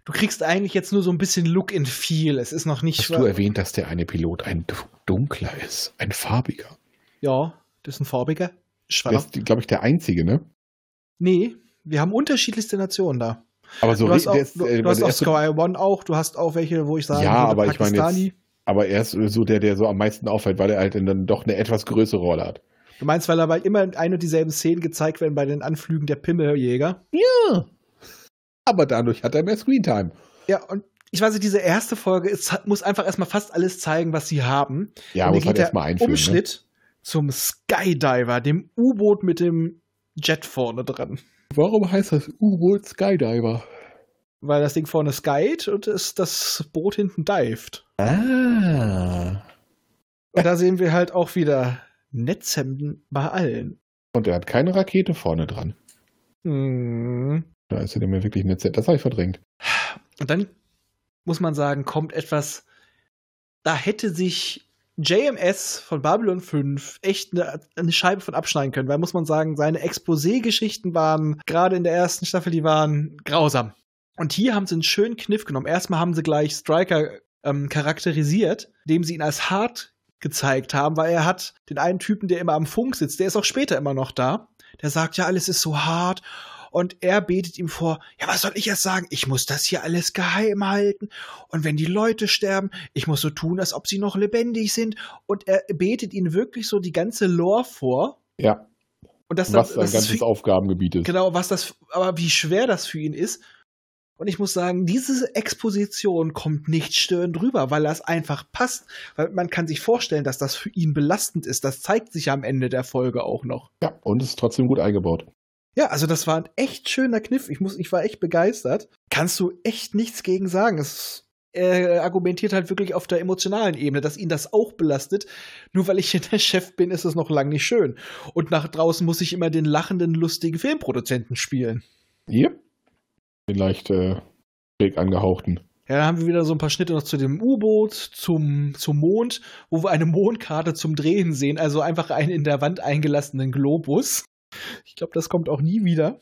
[SPEAKER 2] du kriegst eigentlich jetzt nur so ein bisschen Look and Feel. Es ist noch nicht.
[SPEAKER 3] Hast du erwähnt, dass der eine Pilot ein d- dunkler ist, ein farbiger?
[SPEAKER 2] ja, das ist ein farbiger.
[SPEAKER 3] Der
[SPEAKER 2] Schwaller.
[SPEAKER 3] ist, glaube ich, der einzige, ne?
[SPEAKER 2] Nee, wir haben unterschiedlichste Nationen da.
[SPEAKER 3] Aber so
[SPEAKER 2] du hast
[SPEAKER 3] ri-
[SPEAKER 2] auch,
[SPEAKER 3] der ist,
[SPEAKER 2] du,
[SPEAKER 3] äh,
[SPEAKER 2] du hast
[SPEAKER 3] der
[SPEAKER 2] auch
[SPEAKER 3] ist so-
[SPEAKER 2] Sky One auch. Du hast auch welche, wo ich sage,
[SPEAKER 3] Ja, aber ich meine jetzt- aber er ist so der, der so am meisten auffällt, weil er halt dann doch eine etwas größere Rolle hat.
[SPEAKER 2] Du meinst, weil dabei immer ein und dieselben Szenen gezeigt werden bei den Anflügen der Pimmeljäger?
[SPEAKER 3] Aber dadurch hat er mehr Screentime.
[SPEAKER 2] Ja, und ich weiß nicht, diese erste Folge ist, hat- muss einfach erstmal fast alles zeigen, was sie haben.
[SPEAKER 3] Ja,
[SPEAKER 2] und
[SPEAKER 3] muss
[SPEAKER 2] dann
[SPEAKER 3] halt
[SPEAKER 2] geht
[SPEAKER 3] erstmal
[SPEAKER 2] der
[SPEAKER 3] einführen. Ne?
[SPEAKER 2] Umschnitt zum Skydiver, dem U-Boot mit dem Jet vorne dran.
[SPEAKER 3] Warum heißt das U-Boot Skydiver?
[SPEAKER 2] Weil das Ding vorne skyt und es, das Boot hinten dived.
[SPEAKER 3] Ah.
[SPEAKER 2] Und da sehen wir halt auch wieder Netzhemden bei allen.
[SPEAKER 3] Und er hat keine Rakete vorne dran.
[SPEAKER 2] Hm.
[SPEAKER 3] Da ist er denn mir wirklich nicht. Das habe ich verdrängt.
[SPEAKER 2] Und dann muss man sagen, kommt etwas, da hätte sich JMS von Babylon 5 echt eine, eine Scheibe von abschneiden können, weil muss man sagen, seine Exposé-Geschichten waren gerade in der ersten Staffel, die waren grausam. Und hier haben sie einen schönen Kniff genommen. Erstmal haben sie gleich Striker ähm, charakterisiert, indem sie ihn als hart gezeigt haben, weil er hat den einen Typen, der immer am Funk sitzt, der ist auch später immer noch da, der sagt, ja, alles ist so hart. Und er betet ihm vor, ja, was soll ich jetzt sagen? Ich muss das hier alles geheim halten. Und wenn die Leute sterben, ich muss so tun, als ob sie noch lebendig sind. Und er betet ihnen wirklich so die ganze Lore vor.
[SPEAKER 3] Ja,
[SPEAKER 2] Und das,
[SPEAKER 3] was
[SPEAKER 2] das,
[SPEAKER 3] sein
[SPEAKER 2] das ist für,
[SPEAKER 3] ganzes Aufgabengebiet ist.
[SPEAKER 2] Genau, was das, aber wie schwer das für ihn ist. Und ich muss sagen, diese Exposition kommt nicht störend rüber, weil das einfach passt. Weil man kann sich vorstellen, dass das für ihn belastend ist. Das zeigt sich ja am Ende der Folge auch noch.
[SPEAKER 3] Ja, und ist trotzdem gut eingebaut.
[SPEAKER 2] Ja, also das war ein echt schöner Kniff. Ich, muss, ich war echt begeistert. Kannst du echt nichts gegen sagen. Es, er argumentiert halt wirklich auf der emotionalen Ebene, dass ihn das auch belastet. Nur weil ich hier der Chef bin, ist es noch lang nicht schön. Und nach draußen muss ich immer den lachenden, lustigen Filmproduzenten spielen.
[SPEAKER 3] Yep. Vielleicht äh, schräg angehauchten.
[SPEAKER 2] Ja, dann haben wir wieder so ein paar Schnitte noch zu dem U-Boot, zum, zum Mond, wo wir eine Mondkarte zum Drehen sehen. Also einfach einen in der Wand eingelassenen Globus. Ich glaube, das kommt auch nie wieder.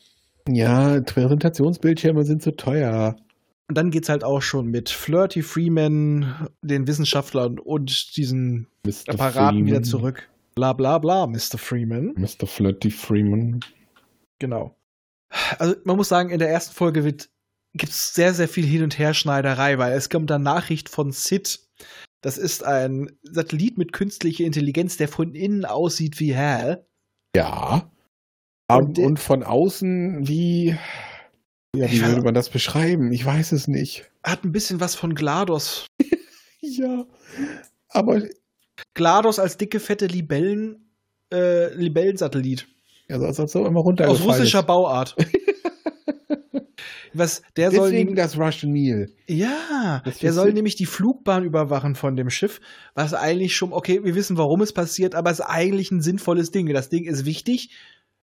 [SPEAKER 3] Ja, Präsentationsbildschirme sind zu teuer.
[SPEAKER 2] Und dann geht's halt auch schon mit Flirty Freeman, den Wissenschaftlern und diesen
[SPEAKER 3] Mr.
[SPEAKER 2] Apparaten wieder zurück. Bla bla bla, Mr. Freeman.
[SPEAKER 3] Mr. Flirty Freeman.
[SPEAKER 2] Genau. Also man muss sagen, in der ersten Folge wird gibt's sehr, sehr viel Hin- und Herschneiderei, weil es kommt dann Nachricht von Sid. Das ist ein Satellit mit künstlicher Intelligenz, der von innen aussieht wie Hell.
[SPEAKER 3] Ja.
[SPEAKER 2] Und
[SPEAKER 3] Und,
[SPEAKER 2] der-
[SPEAKER 3] und von außen, wie, ja, wie
[SPEAKER 2] Ich weiß-
[SPEAKER 3] würde man das beschreiben? Ich weiß es nicht.
[SPEAKER 2] Hat ein bisschen was von GLaDOS.
[SPEAKER 3] Ja. Aber
[SPEAKER 2] GLaDOS als dicke, fette Libellen, äh, Libellensatellit.
[SPEAKER 3] also, als ob so immer
[SPEAKER 2] Aus
[SPEAKER 3] runtergefallen
[SPEAKER 2] russischer
[SPEAKER 3] ist.
[SPEAKER 2] Bauart. was, der soll
[SPEAKER 3] Deswegen das Russian Meal.
[SPEAKER 2] Ja,
[SPEAKER 3] Das
[SPEAKER 2] der
[SPEAKER 3] ist-
[SPEAKER 2] soll nämlich die Flugbahn überwachen von dem Schiff, was eigentlich schon, okay, wir wissen, warum es passiert, aber es ist eigentlich ein sinnvolles Ding. Das Ding ist wichtig.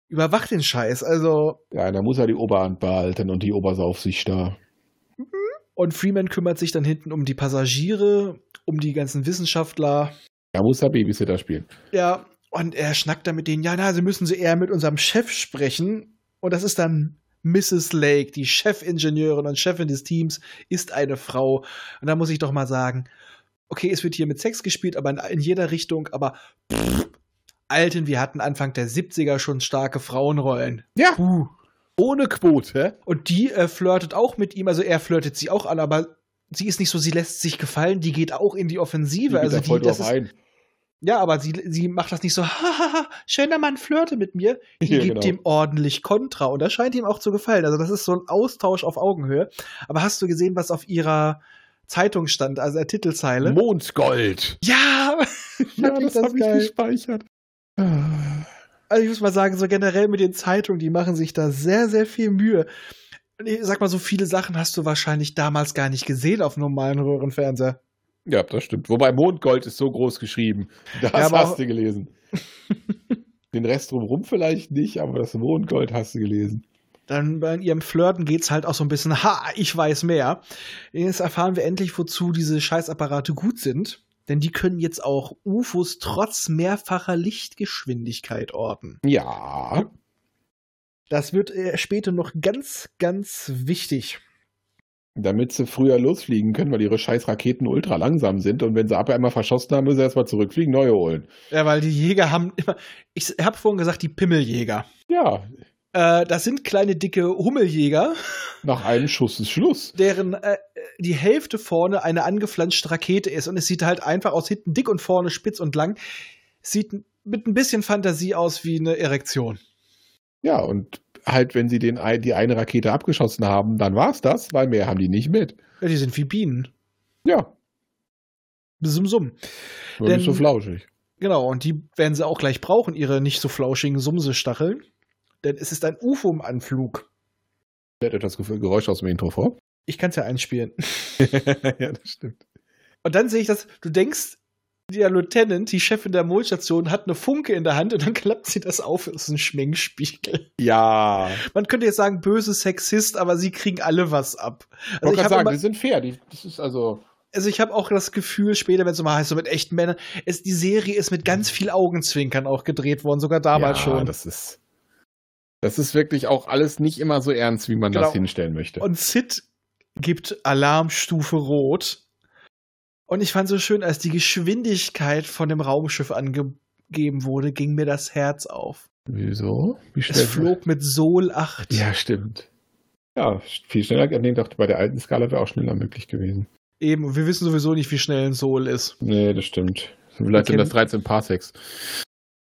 [SPEAKER 2] Überwacht den Scheiß. Also,
[SPEAKER 3] Ja, da muss er die Oberhand behalten und die Obersaufsicht da.
[SPEAKER 2] und Freeman kümmert sich dann hinten um die Passagiere, um die ganzen Wissenschaftler.
[SPEAKER 3] Da muss er Babysitter spielen.
[SPEAKER 2] Ja, und er schnackt dann mit denen, ja, na, sie müssen sie eher mit unserem Chef sprechen. Und das ist dann Mrs. Lake, die Chefingenieurin und Chefin des Teams, ist eine Frau. Und da muss ich doch mal sagen, okay, es wird hier mit Sex gespielt, aber in, in jeder Richtung, aber pff, Alten, wir hatten Anfang der 70er schon starke Frauenrollen.
[SPEAKER 3] Ja.
[SPEAKER 2] Puh.
[SPEAKER 3] Ohne Quote.
[SPEAKER 2] Und die äh, flirtet auch mit ihm, also er flirtet sie auch an, aber sie ist nicht so, sie lässt sich gefallen, die geht auch in die Offensive. also die, das ist,
[SPEAKER 3] ein.
[SPEAKER 2] ja, aber sie, sie macht das nicht so, hahaha, schöner Mann flirte mit mir. Die
[SPEAKER 3] Ja,
[SPEAKER 2] gibt
[SPEAKER 3] genau.
[SPEAKER 2] ihm ordentlich Kontra und das scheint ihm auch zu gefallen. Also, das ist so ein Austausch auf Augenhöhe. Aber hast du gesehen, was auf ihrer Zeitung stand, also der Titelzeile?
[SPEAKER 3] Mondgold.
[SPEAKER 2] ja,
[SPEAKER 3] Ja,
[SPEAKER 2] ich
[SPEAKER 3] das
[SPEAKER 2] das
[SPEAKER 3] habe ich
[SPEAKER 2] geil.
[SPEAKER 3] gespeichert. Ah.
[SPEAKER 2] also ich muss mal sagen, so generell mit den Zeitungen, die machen sich da sehr, sehr viel Mühe. Und Ich sag mal, so viele Sachen hast du wahrscheinlich damals gar nicht gesehen auf normalen Röhrenfernseher.
[SPEAKER 3] Ja, das stimmt. Wobei Mondgold ist so groß geschrieben. Das
[SPEAKER 2] Ja, aber auch-
[SPEAKER 3] hast du gelesen. Den Rest drumherum vielleicht nicht, aber das Mondgold hast du gelesen.
[SPEAKER 2] Dann bei ihrem Flirten geht's halt auch so ein bisschen, ha, ich weiß mehr. Jetzt erfahren wir endlich, wozu diese Scheißapparate gut sind. Denn die können jetzt auch UFOs trotz mehrfacher Lichtgeschwindigkeit orten.
[SPEAKER 3] Ja.
[SPEAKER 2] Das wird äh, später noch ganz, ganz wichtig.
[SPEAKER 3] Damit sie früher losfliegen können, weil ihre scheiß Raketen ultra langsam sind und wenn sie ab einmal verschossen haben, müssen sie erstmal zurückfliegen, neue holen.
[SPEAKER 2] Ja, weil die Jäger haben immer. Ich habe vorhin gesagt, die Pimmeljäger.
[SPEAKER 3] Ja,
[SPEAKER 2] Äh, das sind kleine, dicke Hummeljäger,
[SPEAKER 3] nach einem Schuss ist Schluss.
[SPEAKER 2] deren äh, die Hälfte vorne eine angeflanschte Rakete ist. Und es sieht halt einfach aus hinten dick und vorne spitz und lang. Sieht n- mit ein bisschen Fantasie aus wie eine Erektion.
[SPEAKER 3] Ja, und halt, wenn sie den, ein- die eine Rakete abgeschossen haben, dann war's das, weil mehr haben die nicht mit.
[SPEAKER 2] Ja, die sind wie Bienen.
[SPEAKER 3] Ja,
[SPEAKER 2] Sum sum.
[SPEAKER 3] nur
[SPEAKER 2] Denn-
[SPEAKER 3] nicht so flauschig.
[SPEAKER 2] Genau, und die werden sie auch gleich brauchen, ihre nicht so flauschigen Sumse-Stacheln. Denn es ist ein UFO im Anflug.
[SPEAKER 3] Hört etwas Ge- Geräusch aus dem Intro vor?
[SPEAKER 2] Ich kann es ja einspielen.
[SPEAKER 3] ja, das stimmt.
[SPEAKER 2] Und dann sehe ich das, du denkst, der Lieutenant, die Chefin der Molstation, hat eine Funke in der Hand und dann klappt sie das auf. Das ist ein Schminkspiegel.
[SPEAKER 3] Ja.
[SPEAKER 2] Man könnte jetzt sagen, böse Sexist, aber sie kriegen alle was ab. Also
[SPEAKER 3] Ich wollte
[SPEAKER 2] ich
[SPEAKER 3] gerade
[SPEAKER 2] habe
[SPEAKER 3] sagen,
[SPEAKER 2] immer-
[SPEAKER 3] die sind fair. Die, das ist also.
[SPEAKER 2] also ich habe auch das Gefühl, später, wenn es mal heißt, so mit echten Männern, ist, die Serie ist mit ganz viel Augenzwinkern auch gedreht worden, sogar damals
[SPEAKER 3] ja,
[SPEAKER 2] schon.
[SPEAKER 3] Das ist, das ist wirklich auch alles nicht immer so ernst, wie man
[SPEAKER 2] Genau.
[SPEAKER 3] das hinstellen möchte.
[SPEAKER 2] Und Sid gibt Alarmstufe Rot. Und ich fand so schön, als die Geschwindigkeit von dem Raumschiff angegeben wurde, ging mir das Herz auf.
[SPEAKER 3] Wieso? Wie
[SPEAKER 2] Es flog mit Sol 8.
[SPEAKER 3] Ja, stimmt. Ja, viel schneller. Nee, dachte, bei der alten Skala wäre auch schneller möglich gewesen.
[SPEAKER 2] Eben, und wir wissen sowieso nicht, wie schnell ein Sol ist.
[SPEAKER 3] Nee, das stimmt. Vielleicht
[SPEAKER 2] Okay.
[SPEAKER 3] sind das 13 Parsecs.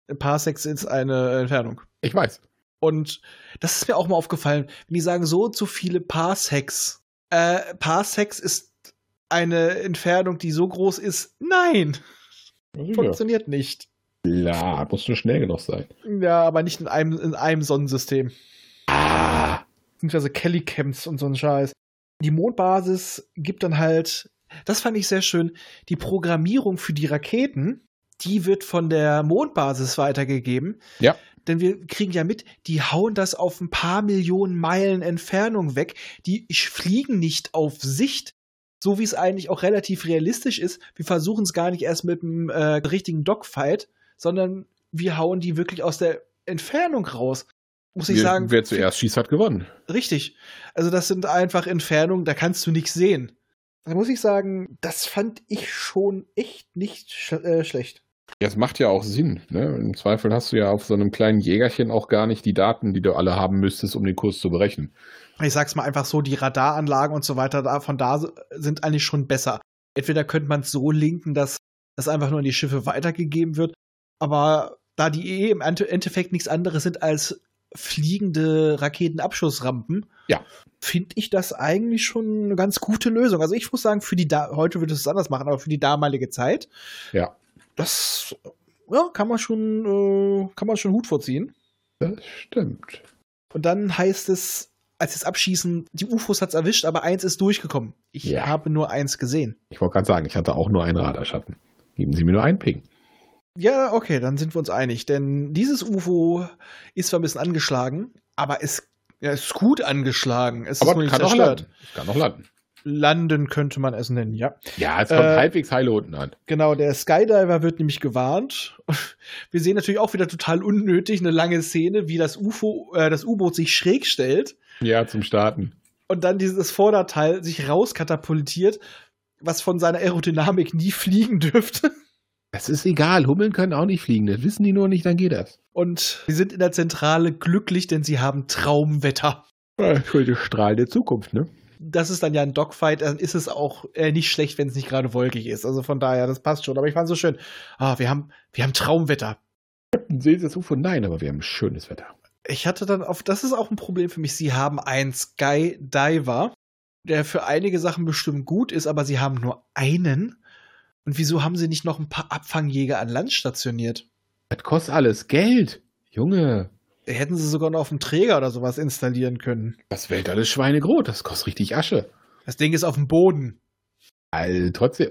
[SPEAKER 2] Ein Parsecs ist eine Entfernung.
[SPEAKER 3] Ich weiß.
[SPEAKER 2] Und das ist mir auch mal aufgefallen, wenn die sagen so und so viele Parsecs. Äh, Parsecs ist eine Entfernung, die so groß ist. Nein,
[SPEAKER 3] Ja.
[SPEAKER 2] funktioniert nicht.
[SPEAKER 3] Klar, musst du schnell genug sein.
[SPEAKER 2] Ja, aber nicht in einem, in einem Sonnensystem. Beziehungsweise Kellycamps und so ein Scheiß. Die Mondbasis gibt dann halt, das fand ich sehr schön, die Programmierung für die Raketen, die wird von der Mondbasis weitergegeben.
[SPEAKER 3] Ja.
[SPEAKER 2] Denn wir kriegen ja mit, die hauen das auf ein paar Millionen Meilen Entfernung weg. Die sch- fliegen nicht auf Sicht, so wie es eigentlich auch relativ realistisch ist. Wir versuchen es gar nicht erst mit einem äh, richtigen Dogfight, sondern wir hauen die wirklich aus der Entfernung raus. Muss ich
[SPEAKER 3] wer,
[SPEAKER 2] sagen,
[SPEAKER 3] wer zuerst schießt, hat gewonnen.
[SPEAKER 2] Richtig. Also das sind einfach Entfernungen, da kannst du nichts sehen. Da muss ich sagen, das fand ich schon echt nicht sch äh, schlecht.
[SPEAKER 3] Ja, es macht ja auch Sinn. Ne? Im Zweifel hast du ja auf so einem kleinen Jägerchen auch gar nicht die Daten, die du alle haben müsstest, um den Kurs zu berechnen.
[SPEAKER 2] ich sag's mal einfach so, die Radaranlagen und so weiter da, von da sind eigentlich schon besser. Entweder könnte man es so linken, dass das einfach nur an die Schiffe weitergegeben wird, aber da die eh im Ende- Endeffekt nichts anderes sind als fliegende Raketenabschussrampen,
[SPEAKER 3] Ja.
[SPEAKER 2] finde ich das eigentlich schon eine ganz gute Lösung. Also ich muss sagen, für die da heute würde ich es anders machen, aber für die damalige Zeit,
[SPEAKER 3] Ja.
[SPEAKER 2] das ja, kann man schon, äh, kann man schon Hut vorziehen.
[SPEAKER 3] Das stimmt.
[SPEAKER 2] Und dann heißt es, als sie es abschießen, die UFOs hat's erwischt, aber eins ist durchgekommen. Ich
[SPEAKER 3] Ja.
[SPEAKER 2] habe nur eins gesehen.
[SPEAKER 3] Ich wollte gerade sagen, ich hatte auch nur einen Radarschatten. Geben Sie mir nur einen Ping.
[SPEAKER 2] Ja, okay, dann sind wir uns einig. Denn dieses UFO ist zwar ein bisschen angeschlagen, aber es ja, es ist gut angeschlagen. Es ist nur nicht zerstört.
[SPEAKER 3] landen. Kann auch landen.
[SPEAKER 2] Landen könnte man es nennen, ja.
[SPEAKER 3] Ja, es kommt
[SPEAKER 2] Äh,
[SPEAKER 3] halbwegs heile unten an.
[SPEAKER 2] Genau, der Skydiver wird nämlich gewarnt. Wir sehen natürlich auch wieder total unnötig eine lange Szene, wie das UFO, äh, das U-Boot sich schräg stellt.
[SPEAKER 3] Ja, zum Starten.
[SPEAKER 2] und dann dieses Vorderteil sich rauskatapultiert, was von seiner Aerodynamik nie fliegen dürfte.
[SPEAKER 3] Das ist egal. Hummeln können auch nicht fliegen. Das wissen die nur nicht, dann geht das.
[SPEAKER 2] Und sie sind in der Zentrale glücklich, denn sie haben Traumwetter.
[SPEAKER 3] Schöne Strahl der Zukunft, ne?
[SPEAKER 2] Das ist dann ja ein Dogfight, dann ist es auch äh, nicht schlecht, wenn es nicht gerade wolkig ist. Also von daher, das passt schon. Aber ich fand so schön. Ah, wir haben, wir haben Traumwetter.
[SPEAKER 3] Sehen Sie das UFO? Nein, aber wir haben schönes Wetter.
[SPEAKER 2] Ich hatte dann auf, das ist auch ein Problem für mich. Sie haben einen Skydiver, der für einige Sachen bestimmt gut ist, aber sie haben nur einen. Und wieso haben sie nicht noch ein paar Abfangjäger an Land stationiert?
[SPEAKER 3] Das kostet alles Geld. Junge,
[SPEAKER 2] hätten sie sogar noch auf dem Träger oder sowas installieren können.
[SPEAKER 3] das Weltall ist schweinegrot. Das kostet richtig Asche.
[SPEAKER 2] Das Ding ist auf dem Boden.
[SPEAKER 3] Also trotzdem.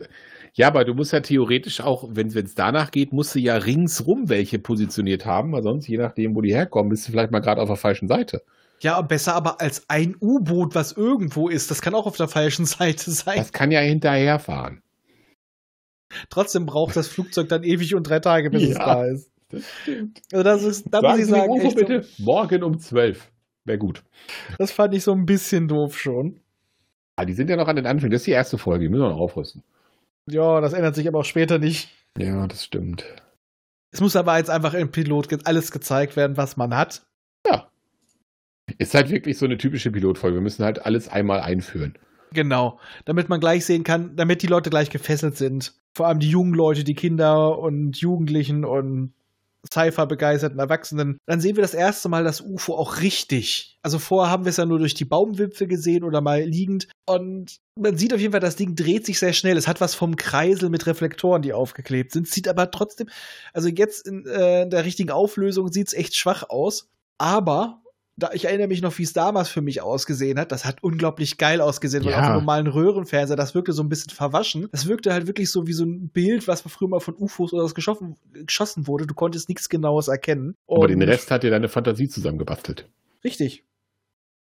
[SPEAKER 3] Ja, aber du musst ja theoretisch auch, wenn es danach geht, musst du ja ringsrum welche positioniert haben, weil sonst, je nachdem, wo die herkommen, bist du vielleicht mal gerade auf der falschen Seite.
[SPEAKER 2] Ja, besser aber als ein U-Boot, was irgendwo ist. Das kann auch auf der falschen Seite sein.
[SPEAKER 3] Das kann ja hinterherfahren.
[SPEAKER 2] Trotzdem braucht das Flugzeug dann ewig und drei Tage, bis es
[SPEAKER 3] Ja.
[SPEAKER 2] da ist. Also das ist, da muss
[SPEAKER 3] Sagen
[SPEAKER 2] ich
[SPEAKER 3] Sie dem
[SPEAKER 2] sagen,
[SPEAKER 3] Ufo
[SPEAKER 2] echt,
[SPEAKER 3] bitte, morgen um 12. Wäre gut.
[SPEAKER 2] das fand ich so ein bisschen doof schon.
[SPEAKER 3] Ah, die sind ja noch an den Anfängen. Das ist die erste Folge, die müssen wir noch aufrüsten.
[SPEAKER 2] Ja, das ändert sich aber auch später nicht.
[SPEAKER 3] Ja, das stimmt.
[SPEAKER 2] Es muss aber jetzt einfach im Pilot ge- alles gezeigt werden, was man hat.
[SPEAKER 3] Ist halt wirklich so eine typische Pilotfolge. Wir müssen halt alles einmal einführen.
[SPEAKER 2] Genau. Damit man gleich sehen kann, damit die Leute gleich gefesselt sind. Vor allem die jungen Leute, die Kinder und Jugendlichen und Cypher-begeisterten Erwachsenen. Dann sehen wir das erste Mal das UFO auch richtig. Also vorher haben wir es ja nur durch die Baumwipfel gesehen oder mal liegend. Und man sieht auf jeden Fall, das Ding dreht sich sehr schnell. Es hat was vom Kreisel mit Reflektoren, die aufgeklebt sind. Sieht aber trotzdem, also jetzt in äh, der richtigen Auflösung sieht es echt schwach aus. Aber da, ich erinnere mich noch, wie es damals für mich ausgesehen hat. Das hat unglaublich geil ausgesehen, weil
[SPEAKER 3] Ja.
[SPEAKER 2] auf einem normalen Röhrenfernseher, das wirkte so ein bisschen verwaschen. Das wirkte halt wirklich so wie so ein Bild, was früher mal von UFOs oder was geschossen, geschossen wurde. Du konntest nichts Genaues erkennen.
[SPEAKER 3] Aber
[SPEAKER 2] Und-
[SPEAKER 3] den Rest hat dir deine Fantasie zusammengebastelt.
[SPEAKER 2] Richtig.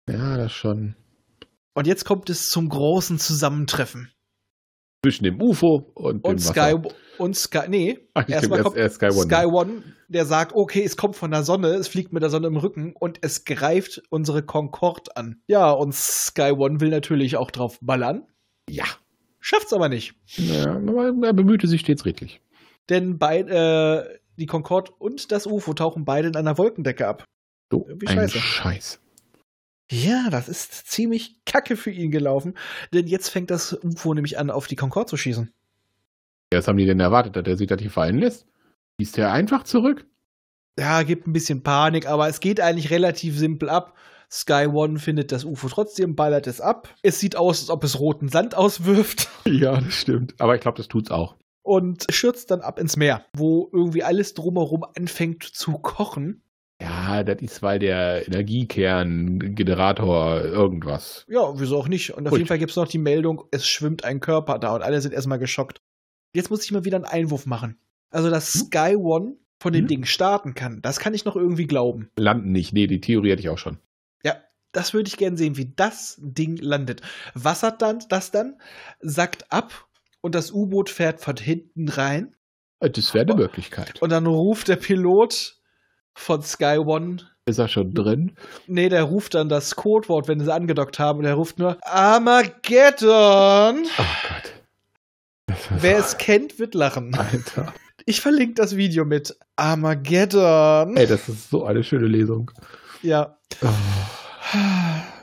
[SPEAKER 3] Ja, das schon.
[SPEAKER 2] Und jetzt kommt es zum großen Zusammentreffen.
[SPEAKER 3] Zwischen dem UFO und, dem
[SPEAKER 2] Und Sky,
[SPEAKER 3] Wasser.
[SPEAKER 2] und Sky, nee,
[SPEAKER 3] Ach, stimmt,
[SPEAKER 2] erstmal
[SPEAKER 3] erst-
[SPEAKER 2] kommt
[SPEAKER 3] erst Sky One.
[SPEAKER 2] Sky One, der sagt, okay, es kommt von der Sonne, es fliegt mit der Sonne im Rücken und es greift unsere Concorde an. Ja, und Sky One will natürlich auch drauf ballern,
[SPEAKER 3] Ja.
[SPEAKER 2] schafft's aber nicht.
[SPEAKER 3] Ja, aber er bemühte sich stets redlich.
[SPEAKER 2] Denn beid, äh, die Concorde und das UFO tauchen beide in einer Wolkendecke ab.
[SPEAKER 3] So
[SPEAKER 2] Irgendwie
[SPEAKER 3] ein
[SPEAKER 2] scheiße.
[SPEAKER 3] Scheiß.
[SPEAKER 2] Ja, das ist ziemlich kacke für ihn gelaufen, denn jetzt fängt das UFO nämlich an, auf die Concorde zu schießen.
[SPEAKER 3] Ja, was haben die denn erwartet, dass er sich das hier fallen lässt? Schießt er einfach zurück?
[SPEAKER 2] Ja, gibt ein bisschen Panik, aber es geht eigentlich relativ simpel ab. Sky One findet das UFO trotzdem, ballert es ab. Es sieht aus, als ob es roten Sand auswirft
[SPEAKER 3] Ja, das stimmt. Aber ich glaube, das tut's auch.
[SPEAKER 2] und stürzt dann ab ins Meer, wo irgendwie alles drumherum anfängt zu kochen.
[SPEAKER 3] Ja, das ist, weil der Energiekern, Generator, irgendwas.
[SPEAKER 2] Ja, wieso auch nicht? Und auf
[SPEAKER 3] Gut.
[SPEAKER 2] jeden Fall gibt es noch die Meldung, es schwimmt ein Körper da und alle sind erstmal geschockt. Jetzt muss ich mal wieder einen Einwurf machen. Also, dass Sky One von dem
[SPEAKER 3] Hm?
[SPEAKER 2] Ding starten kann, das kann ich noch irgendwie glauben.
[SPEAKER 3] Landen nicht. Nee, die Theorie hatte ich auch schon.
[SPEAKER 2] Das würde ich gerne sehen, wie das Ding landet. Was hat dann das dann? Sackt ab und das U-Boot fährt von hinten rein.
[SPEAKER 3] Das wäre eine Möglichkeit.
[SPEAKER 2] Und dann ruft der Pilot von Sky One.
[SPEAKER 3] Ist er schon drin?
[SPEAKER 2] Nee, der ruft dann das Codewort, wenn sie angedockt haben. Und er ruft nur Armageddon.
[SPEAKER 3] Oh Gott. Das war
[SPEAKER 2] Wer es kennt, wird lachen.
[SPEAKER 3] Alter.
[SPEAKER 2] Ich verlinke das Video mit Armageddon.
[SPEAKER 3] Ey, das ist so eine schöne Lesung.
[SPEAKER 2] Ja.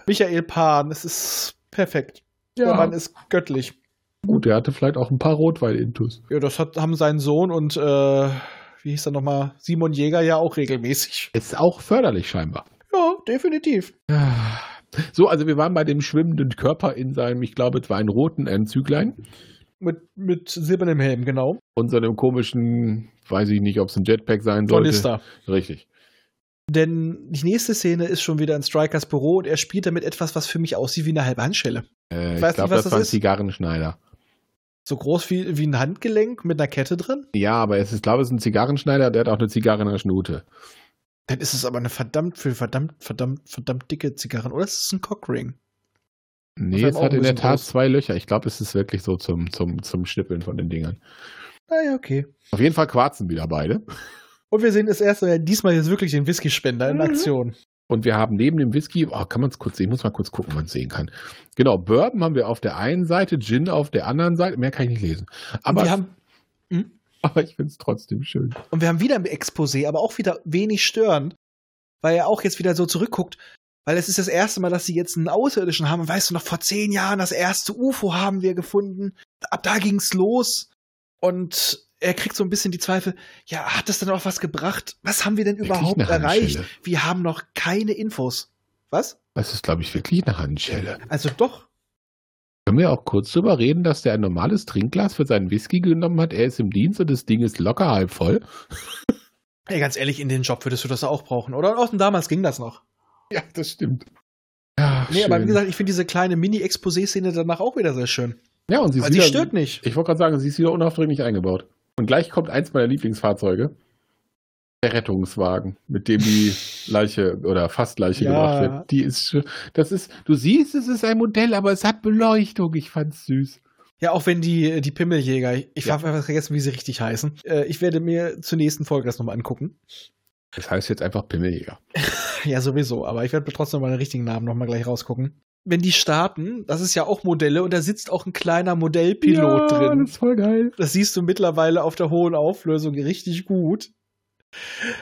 [SPEAKER 2] Michael Pan, es ist perfekt. Der Mann ist göttlich.
[SPEAKER 3] Gut, der hatte vielleicht auch ein paar Rotwein-Intus.
[SPEAKER 2] Ja, das hat, haben sein Sohn und äh, wie hieß er nochmal? Simon Jäger ja auch regelmäßig.
[SPEAKER 3] Ist auch förderlich scheinbar.
[SPEAKER 2] Ja, definitiv.
[SPEAKER 3] So, also wir waren bei dem schwimmenden Körper in seinem, ich glaube, es war ein roten Anzüglein
[SPEAKER 2] Mit, mit silbernem Helm, genau.
[SPEAKER 3] und seinem komischen, weiß ich nicht, ob es ein Jetpack sein sollte.
[SPEAKER 2] Tornister.
[SPEAKER 3] Richtig.
[SPEAKER 2] Denn die nächste Szene ist schon wieder in Strikers Büro und er spielt damit etwas, was für mich aussieht wie eine halbe Handschelle.
[SPEAKER 3] Äh,
[SPEAKER 2] Ich
[SPEAKER 3] ich
[SPEAKER 2] weiß
[SPEAKER 3] glaube,
[SPEAKER 2] nicht, was
[SPEAKER 3] das,
[SPEAKER 2] das
[SPEAKER 3] war ein
[SPEAKER 2] ist.
[SPEAKER 3] Zigarrenschneider.
[SPEAKER 2] So groß wie, wie ein Handgelenk mit einer Kette drin.
[SPEAKER 3] Ja, aber es ist, glaube ich, es ist ein Zigarrenschneider, der hat auch eine Zigarre in der Schnute.
[SPEAKER 2] Dann ist es aber eine verdammt, für verdammt, verdammt, verdammt dicke Zigarren. Oder es ist ein Cockring. Auf
[SPEAKER 3] Nee,
[SPEAKER 2] einem
[SPEAKER 3] es hat in der
[SPEAKER 2] Augenwissen
[SPEAKER 3] Tat
[SPEAKER 2] groß.
[SPEAKER 3] zwei Löcher. Ich glaube, es ist wirklich so zum, zum, zum Schnippeln von den Dingern.
[SPEAKER 2] Naja, okay.
[SPEAKER 3] Auf jeden Fall quarzen wieder beide.
[SPEAKER 2] Und wir sehen das erste Mal, diesmal jetzt wirklich den Whiskyspender in
[SPEAKER 3] Mhm.
[SPEAKER 2] Aktion.
[SPEAKER 3] Und wir haben neben dem Whisky, oh, kann man es kurz sehen, muss man kurz gucken, ob man es sehen kann. Genau, Bourbon haben wir auf der einen Seite, Gin auf der anderen Seite, mehr kann ich nicht lesen.
[SPEAKER 2] Und
[SPEAKER 3] Aber,
[SPEAKER 2] wir haben,
[SPEAKER 3] aber ich finde es trotzdem schön.
[SPEAKER 2] und wir haben wieder ein Exposé, aber auch wieder wenig störend, weil er auch jetzt wieder so zurückguckt. Weil es ist das erste Mal, dass sie jetzt einen Außerirdischen haben. Und weißt du noch, vor zehn Jahren das erste UFO haben wir gefunden. Ab da ging's los. Und er kriegt so ein bisschen die Zweifel, ja, hat das denn auch was gebracht? Was haben wir denn
[SPEAKER 3] Wirklich
[SPEAKER 2] überhaupt
[SPEAKER 3] eine
[SPEAKER 2] erreicht?
[SPEAKER 3] Handschelle.
[SPEAKER 2] Wir haben noch keine Infos. Was?
[SPEAKER 3] Das ist, glaube ich, wirklich eine Handschelle.
[SPEAKER 2] Also doch,
[SPEAKER 3] Können wir auch kurz drüber reden, dass der ein normales Trinkglas für seinen Whisky genommen hat? Er ist im Dienst und das Ding ist locker halb voll.
[SPEAKER 2] Ey, ganz ehrlich, in den Job würdest du das auch brauchen, oder? Und auch damals ging das noch.
[SPEAKER 3] Ja, das stimmt. Ja,
[SPEAKER 2] Nee,
[SPEAKER 3] schön.
[SPEAKER 2] aber wie gesagt, ich finde diese kleine Mini-Exposé-Szene danach auch wieder sehr schön.
[SPEAKER 3] ja, und sie ist
[SPEAKER 2] Weil sie
[SPEAKER 3] wieder,
[SPEAKER 2] stört nicht.
[SPEAKER 3] Ich wollte gerade sagen, sie ist wieder unaufdringlich eingebaut. Und gleich kommt eins meiner Lieblingsfahrzeuge. Der Rettungswagen, mit dem die Leiche oder fast Leiche
[SPEAKER 2] Ja.
[SPEAKER 3] gebracht wird. Die ist schön. Das ist, du siehst, es ist ein Modell, aber es hat Beleuchtung. Ich fand's süß.
[SPEAKER 2] Ja, auch wenn die, die Pimmeljäger, ich
[SPEAKER 3] Ja.
[SPEAKER 2] habe einfach vergessen, wie sie richtig heißen. Äh, ich werde mir zur nächsten Folge das nochmal angucken.
[SPEAKER 3] Das heißt jetzt einfach Pimmeljäger.
[SPEAKER 2] Ja, sowieso, aber ich werde trotzdem mal den richtigen Namen nochmal gleich rausgucken. Wenn die starten, das ist ja auch Modelle und da sitzt auch ein kleiner Modellpilot
[SPEAKER 3] ja,
[SPEAKER 2] drin.
[SPEAKER 3] Das ist voll geil.
[SPEAKER 2] Das siehst du mittlerweile auf der hohen Auflösung richtig gut.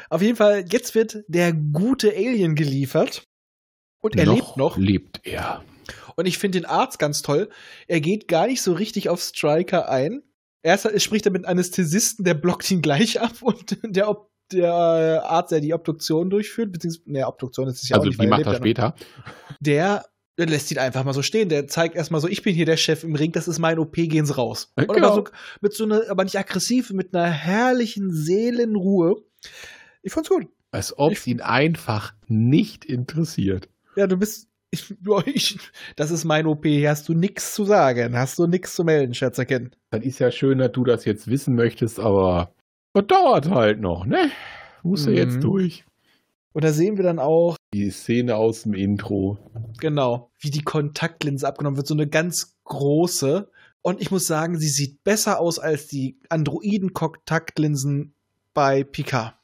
[SPEAKER 2] Auf jeden Fall, jetzt wird der gute Alien geliefert. Und er lebt noch.
[SPEAKER 3] Lebt er.
[SPEAKER 2] Und ich finde den Arzt ganz toll. Er geht gar nicht so richtig auf Striker ein. Erst er spricht er mit einem Anästhesisten, der blockt ihn gleich ab. Und der, Ob- der Arzt, der die Obduktion durchführt, beziehungsweise, ne, Obduktion ist es ja
[SPEAKER 3] also,
[SPEAKER 2] auch nicht,
[SPEAKER 3] die
[SPEAKER 2] weil
[SPEAKER 3] macht
[SPEAKER 2] er
[SPEAKER 3] er
[SPEAKER 2] lebt ja
[SPEAKER 3] später.
[SPEAKER 2] noch. der, der lässt ihn einfach mal so stehen. Der zeigt erstmal so, ich bin hier der Chef im Ring, das ist mein OP, gehen Sie raus.
[SPEAKER 3] Ja,
[SPEAKER 2] Und
[SPEAKER 3] genau.
[SPEAKER 2] aber, so, mit so einer, aber nicht aggressiv, mit einer herrlichen Seelenruhe. Ich fand's gut.
[SPEAKER 3] Als ob es ihn einfach nicht interessiert.
[SPEAKER 2] Ja, du bist. Ich, ja, ich, das ist mein OP, hier hast du nichts zu sagen, hast du nichts zu melden, Scherzerkind.
[SPEAKER 3] Das ist ja schön, dass du das jetzt wissen möchtest, aber das dauert halt noch, ne? Muss er
[SPEAKER 2] Mhm.
[SPEAKER 3] jetzt durch.
[SPEAKER 2] Und da sehen wir dann auch,
[SPEAKER 3] Die Szene aus dem Intro.
[SPEAKER 2] genau, wie die Kontaktlinse abgenommen wird, so eine ganz große. Und ich muss sagen, sie sieht besser aus als die Androiden-Kontaktlinsen bei Picard.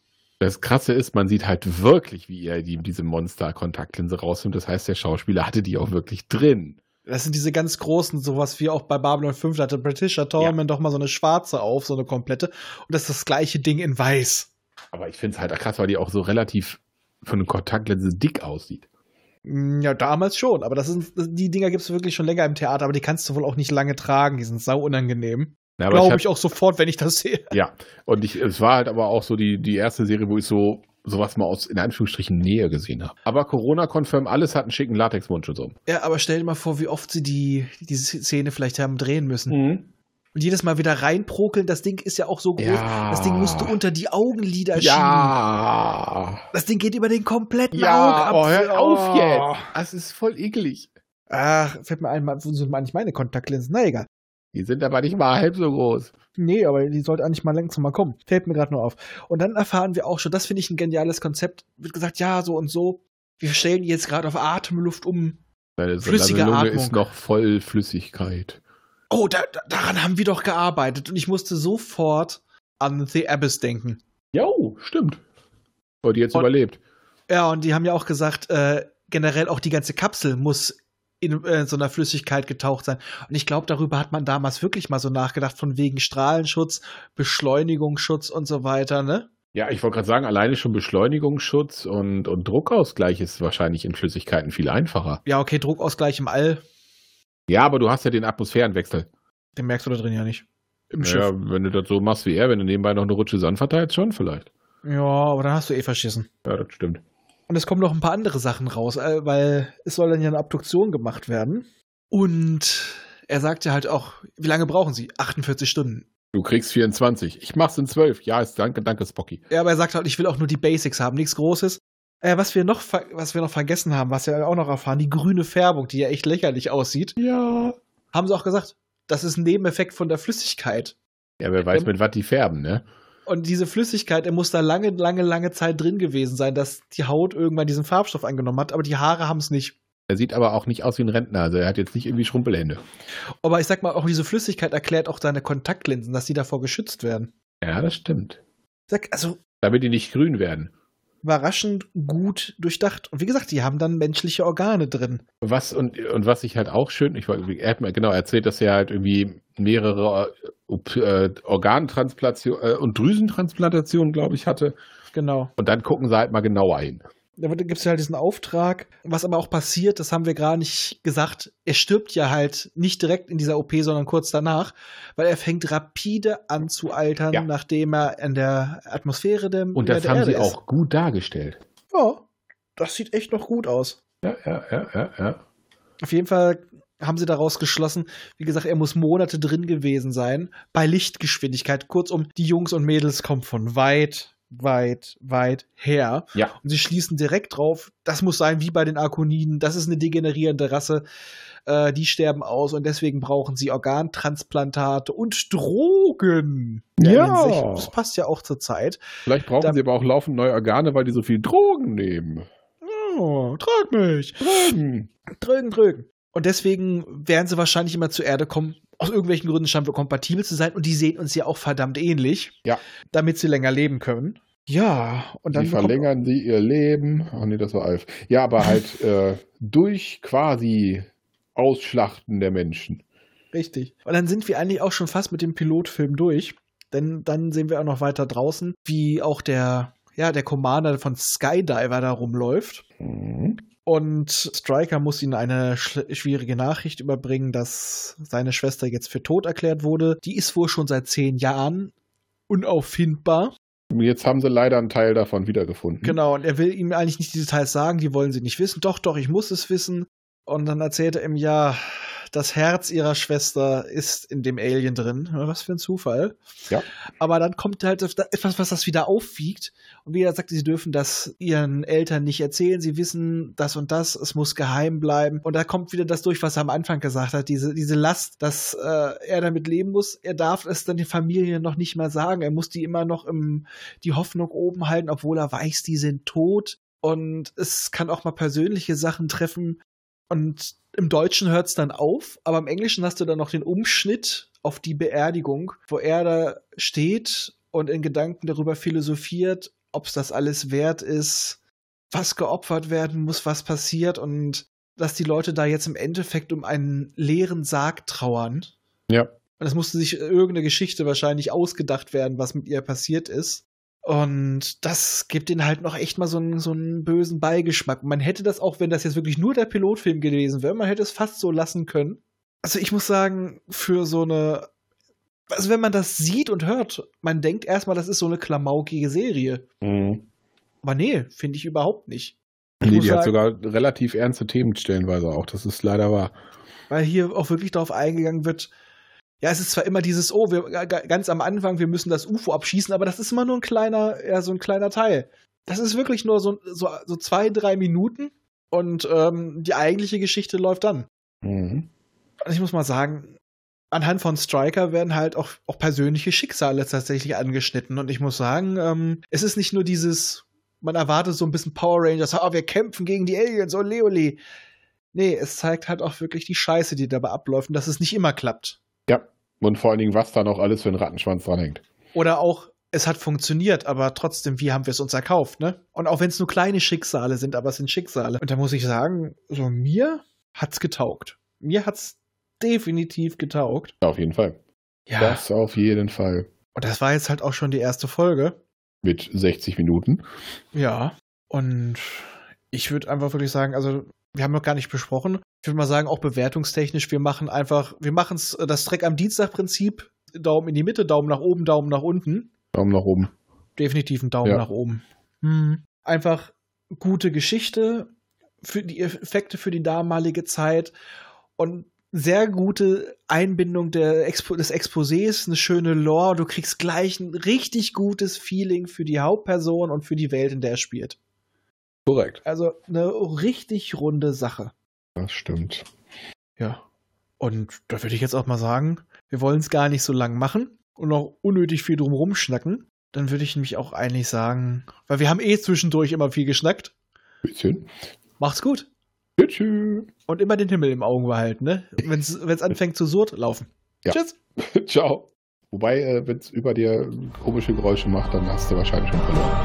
[SPEAKER 3] Das Krasse ist, man sieht halt wirklich, wie er die, diese Monster-Kontaktlinse rausnimmt. Das heißt, der Schauspieler hatte die auch wirklich drin.
[SPEAKER 2] Das sind diese ganz großen, sowas wie auch bei Babylon 5, da hatte British Atonement doch mal so eine schwarze auf, so eine komplette. Und das ist das gleiche Ding in weiß.
[SPEAKER 3] Aber ich finde es halt krass, weil die auch so relativ von einer Kontaktlinse dick aussieht.
[SPEAKER 2] Mm, Ja, damals schon, aber das sind, die Dinger gibt es wirklich schon länger im Theater, aber die kannst du wohl auch nicht lange tragen, die sind sau unangenehm.
[SPEAKER 3] Na, aber
[SPEAKER 2] Glaube
[SPEAKER 3] hab-
[SPEAKER 2] ich auch sofort, wenn ich das sehe.
[SPEAKER 3] Ja, und ich, es war halt aber auch so die, die erste Serie, wo ich so sowas mal aus, in Anführungsstrichen, Nähe gesehen habe. Aber Corona-confirm, alles hat einen schicken Latexmund und so.
[SPEAKER 2] Ja, aber stell dir mal vor, wie oft sie die, diese Szene vielleicht haben drehen müssen.
[SPEAKER 3] Hm.
[SPEAKER 2] Und jedes Mal wieder reinprokeln, das Ding ist ja auch so groß.
[SPEAKER 3] Ja.
[SPEAKER 2] Das Ding musste unter die Augenlider schieben.
[SPEAKER 3] Ja.
[SPEAKER 2] Das Ding geht über den kompletten
[SPEAKER 3] Ja, oh,
[SPEAKER 2] Augapfel.
[SPEAKER 3] hör auf jetzt. Das ist voll eklig.
[SPEAKER 2] Ach, fällt mir ein, man- so sind eigentlich meine Kontaktlinsen. Na egal.
[SPEAKER 3] Die sind aber nicht mal halb so groß.
[SPEAKER 2] Nee, aber die sollte eigentlich mal langsam mal kommen. Fällt mir gerade nur auf. Und dann erfahren wir auch schon, das finde ich ein geniales Konzept. Wird gesagt, ja, so und so. Wir stellen die jetzt gerade auf Atemluft um.
[SPEAKER 3] Seine,
[SPEAKER 2] Flüssige
[SPEAKER 3] seine Lunge
[SPEAKER 2] Atmung.
[SPEAKER 3] ist noch voll Flüssigkeit.
[SPEAKER 2] Oh, da, da, daran haben wir doch gearbeitet. Und ich musste sofort an The Abyss denken.
[SPEAKER 3] Jo, oh, stimmt. Und die jetzt
[SPEAKER 2] Und-
[SPEAKER 3] überlebt.
[SPEAKER 2] Ja, und die haben ja auch gesagt, äh, generell auch die ganze Kapsel muss in äh, so einer Flüssigkeit getaucht sein. Und ich glaube, darüber hat man damals wirklich mal so nachgedacht, von wegen Strahlenschutz, Beschleunigungsschutz und so weiter, ne?
[SPEAKER 3] Ja, ich wollte gerade sagen, alleine schon Beschleunigungsschutz und, und Druckausgleich ist wahrscheinlich in Flüssigkeiten viel einfacher.
[SPEAKER 2] Ja, okay, Druckausgleich im All,
[SPEAKER 3] Ja, aber du hast ja den Atmosphärenwechsel.
[SPEAKER 2] den merkst du da drin ja nicht. Im
[SPEAKER 3] Ja, wenn du das so machst wie er, wenn du nebenbei noch eine Rutsche Sand verteilst, schon vielleicht.
[SPEAKER 2] Ja, aber dann hast du eh verschissen.
[SPEAKER 3] Ja, das stimmt.
[SPEAKER 2] Und es kommen noch ein paar andere Sachen raus, äh, weil es soll dann ja eine Abduktion gemacht werden. Und er sagt ja halt auch, wie lange brauchen sie? 48 Stunden.
[SPEAKER 3] Du kriegst 24. Ich mach's in 12. Ja, ist danke, danke, Spocky.
[SPEAKER 2] Ja, aber er sagt halt, ich will auch nur die Basics haben, nichts Großes. Äh, was, wir noch ver- was wir noch vergessen haben, was wir auch noch erfahren, die grüne Färbung, die ja echt lächerlich aussieht,
[SPEAKER 3] Ja.
[SPEAKER 2] haben sie auch gesagt, das ist ein Nebeneffekt von der Flüssigkeit.
[SPEAKER 3] Ja, wer weiß, mit was die färben, ne?
[SPEAKER 2] Und diese Flüssigkeit, er muss da lange, lange, lange Zeit drin gewesen sein, dass die Haut irgendwann diesen Farbstoff angenommen hat, aber die Haare haben es nicht.
[SPEAKER 3] Er sieht aber auch nicht aus wie ein Rentner. Also er hat jetzt nicht irgendwie Schrumpelhände.
[SPEAKER 2] Aber ich sag mal, auch diese Flüssigkeit erklärt auch deine Kontaktlinsen, dass die davor geschützt werden.
[SPEAKER 3] Ja, das stimmt.
[SPEAKER 2] Ich Sag, also
[SPEAKER 3] Damit die nicht grün werden.
[SPEAKER 2] überraschend gut durchdacht. Und wie gesagt, die haben dann menschliche Organe drin.
[SPEAKER 3] Was und, und was ich halt auch schön, ich war, er hat mir genau erzählt, dass er halt irgendwie mehrere äh, äh, Organtransplantation äh, und Drüsentransplantationen, glaube ich, hatte.
[SPEAKER 2] Genau.
[SPEAKER 3] Und dann gucken sie halt mal genauer hin.
[SPEAKER 2] Da gibt es ja halt diesen Auftrag. Was aber auch passiert, das haben wir gar nicht gesagt. Er stirbt ja halt nicht direkt in dieser OP, sondern kurz danach, weil er fängt rapide an zu altern,
[SPEAKER 3] Ja.
[SPEAKER 2] nachdem er in der Atmosphäre der
[SPEAKER 3] Und das
[SPEAKER 2] der
[SPEAKER 3] haben
[SPEAKER 2] Erde
[SPEAKER 3] sie
[SPEAKER 2] ist.
[SPEAKER 3] auch gut dargestellt.
[SPEAKER 2] Ja, das sieht echt noch gut aus.
[SPEAKER 3] Ja, ja, ja, ja, ja.
[SPEAKER 2] Auf jeden Fall haben sie daraus geschlossen, wie gesagt, er muss Monate drin gewesen sein, bei Lichtgeschwindigkeit. Kurzum, die Jungs und Mädels kommen von weit, weit, weit her.
[SPEAKER 3] Ja.
[SPEAKER 2] Und sie schließen direkt drauf, das muss sein wie bei den Arkoniden, das ist eine degenerierende Rasse, äh, die sterben aus und deswegen brauchen sie Organtransplantate und Drogen. in der
[SPEAKER 3] Ja.
[SPEAKER 2] Hinsicht. Das passt ja auch zur Zeit.
[SPEAKER 3] Vielleicht brauchen
[SPEAKER 2] Da-
[SPEAKER 3] sie aber auch laufend neue Organe, weil die so viel Drogen nehmen. Hm.
[SPEAKER 2] Oh, trag mich.
[SPEAKER 3] Drogen.
[SPEAKER 2] Drögen, drögen. Und deswegen werden sie wahrscheinlich immer zur Erde kommen. Aus irgendwelchen Gründen scheinen wir kompatibel zu sein und die sehen uns ja auch verdammt ähnlich.
[SPEAKER 3] Ja.
[SPEAKER 2] Damit sie länger leben können. Ja, und dann.
[SPEAKER 3] die
[SPEAKER 2] bekommt-
[SPEAKER 3] verlängern sie ihr Leben. Ach nee, das war Alf. Ja, aber halt äh, durch quasi Ausschlachten der Menschen.
[SPEAKER 2] Richtig. Und dann sind wir eigentlich auch schon fast mit dem Pilotfilm durch. Denn dann sehen wir auch noch weiter draußen, wie auch der, ja, der Commander von Skydiver da rumläuft.
[SPEAKER 3] Mhm.
[SPEAKER 2] Und Striker muss ihnen eine schl- schwierige Nachricht überbringen, dass seine Schwester jetzt für tot erklärt wurde. Die ist wohl schon seit zehn Jahren unauffindbar.
[SPEAKER 3] Und Jetzt haben sie leider einen Teil davon wiedergefunden.
[SPEAKER 2] Genau, und er will ihm eigentlich nicht die Details sagen, die wollen sie nicht wissen. Doch, doch, ich muss es wissen. Und dann erzählt er ihm, ja, das Herz ihrer Schwester ist in dem Alien drin. Was für ein Zufall.
[SPEAKER 3] Ja.
[SPEAKER 2] Aber dann kommt halt auf da- etwas, was das wieder aufwiegt. Und wieder sagt, sie dürfen das ihren Eltern nicht erzählen. Sie wissen das und das. Es muss geheim bleiben. Und da kommt wieder das durch, was er am Anfang gesagt hat. Diese, diese Last, dass äh, er damit leben muss. Er darf es dann den Familien noch nicht mal sagen. Er muss die immer noch im, die Hoffnung oben halten, obwohl er weiß, die sind tot. Und es kann auch mal persönliche Sachen treffen. Und im Deutschen hört es dann auf, aber im Englischen hast du dann noch den Umschnitt auf die Beerdigung, wo er da steht und in Gedanken darüber philosophiert, ob es das alles wert ist, was geopfert werden muss, was passiert und dass die Leute da jetzt im Endeffekt um einen leeren Sarg trauern.
[SPEAKER 3] Ja.
[SPEAKER 2] Und es musste sich irgendeine Geschichte wahrscheinlich ausgedacht werden, was mit ihr passiert ist. Und das gibt ihnen halt noch echt mal so einen, so einen bösen Beigeschmack. Man hätte das auch, wenn das jetzt wirklich nur der Pilotfilm gewesen wäre, man hätte es fast so lassen können. Also ich muss sagen, für so eine. Also wenn man das sieht und hört, man denkt erstmal, das ist so eine klamaukige Serie.
[SPEAKER 3] Mhm.
[SPEAKER 2] Aber nee, finde ich überhaupt nicht. Ich
[SPEAKER 3] Nee,
[SPEAKER 2] muss
[SPEAKER 3] die hat
[SPEAKER 2] sagen-
[SPEAKER 3] sogar relativ ernste Themen stellenweise auch. Das ist leider wahr.
[SPEAKER 2] weil hier auch wirklich darauf eingegangen wird. Ja, es ist zwar immer dieses, oh, wir, ga- ganz am Anfang, wir müssen das UFO abschießen, aber das ist immer nur ein kleiner, ja, so ein kleiner Teil. Das ist wirklich nur so, so, so zwei, drei Minuten und ähm, die eigentliche Geschichte läuft dann.
[SPEAKER 3] Mhm.
[SPEAKER 2] Also ich muss mal sagen, anhand von Striker werden halt auch, auch persönliche Schicksale tatsächlich angeschnitten. Und ich muss sagen, ähm, es ist nicht nur dieses, man erwartet so ein bisschen Power Rangers, ah, wir kämpfen gegen die Aliens, ole ole. Nee, es zeigt halt auch wirklich die Scheiße, die dabei abläuft und dass es nicht immer klappt.
[SPEAKER 3] Und vor allen Dingen, was da noch alles für einen Rattenschwanz dranhängt.
[SPEAKER 2] Oder auch, es hat funktioniert, aber trotzdem, wie haben wir es uns erkauft, ne? Und auch wenn es nur kleine Schicksale sind, aber es sind Schicksale. Und da muss ich sagen, so mir hat's getaugt. Mir hat's definitiv getaugt.
[SPEAKER 3] Ja, auf jeden Fall.
[SPEAKER 2] Ja.
[SPEAKER 3] Das auf jeden Fall.
[SPEAKER 2] Und das war jetzt halt auch schon die erste Folge.
[SPEAKER 3] mit 60 Minuten.
[SPEAKER 2] Ja, und ich würde einfach wirklich sagen, also wir haben noch gar nicht besprochen. Ich würde mal sagen, auch bewertungstechnisch, wir machen einfach, wir machen das Streck am Dienstag-Prinzip. Daumen in die Mitte, Daumen nach oben, Daumen nach unten.
[SPEAKER 3] Daumen nach oben.
[SPEAKER 2] Definitiv ein Daumen
[SPEAKER 3] Ja.
[SPEAKER 2] nach oben. Hm. Einfach gute Geschichte, für die Effekte für die damalige Zeit und sehr gute Einbindung der Expo des Exposés, eine schöne Lore. Du kriegst gleich ein richtig gutes Feeling für die Hauptperson und für die Welt, in der er spielt.
[SPEAKER 3] Korrekt.
[SPEAKER 2] Also eine richtig runde Sache.
[SPEAKER 3] Das stimmt.
[SPEAKER 2] Ja. Und da würde ich jetzt auch mal sagen, wir wollen es gar nicht so lang machen und noch unnötig viel drum rumschnacken. Dann würde ich nämlich auch eigentlich sagen, weil wir haben eh zwischendurch immer viel geschnackt.
[SPEAKER 3] Bisschen.
[SPEAKER 2] Macht's gut.
[SPEAKER 3] Tschüss.
[SPEAKER 2] Und immer den Himmel im Augen behalten, ne? Wenn's, wenn's anfängt zu surrt, laufen.
[SPEAKER 3] Ja.
[SPEAKER 2] Tschüss.
[SPEAKER 3] Ciao. Wobei, äh, wenn es über dir komische Geräusche macht, dann hast du wahrscheinlich schon verloren.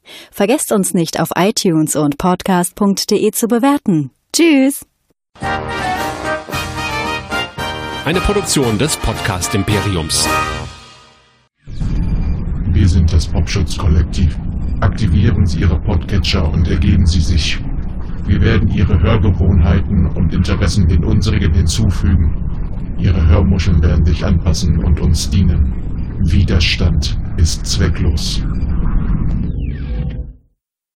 [SPEAKER 6] Vergesst uns nicht auf iTunes und podcast.de zu bewerten. Tschüss!
[SPEAKER 7] Eine Produktion des Podcast Imperiums.
[SPEAKER 5] Wir sind das Popschutzkollektiv. Aktivieren Sie Ihre Podcatcher und ergeben Sie sich. Wir werden Ihre Hörgewohnheiten und Interessen den unsrigen hinzufügen. Ihre Hörmuscheln werden sich anpassen und uns dienen. Widerstand ist zwecklos.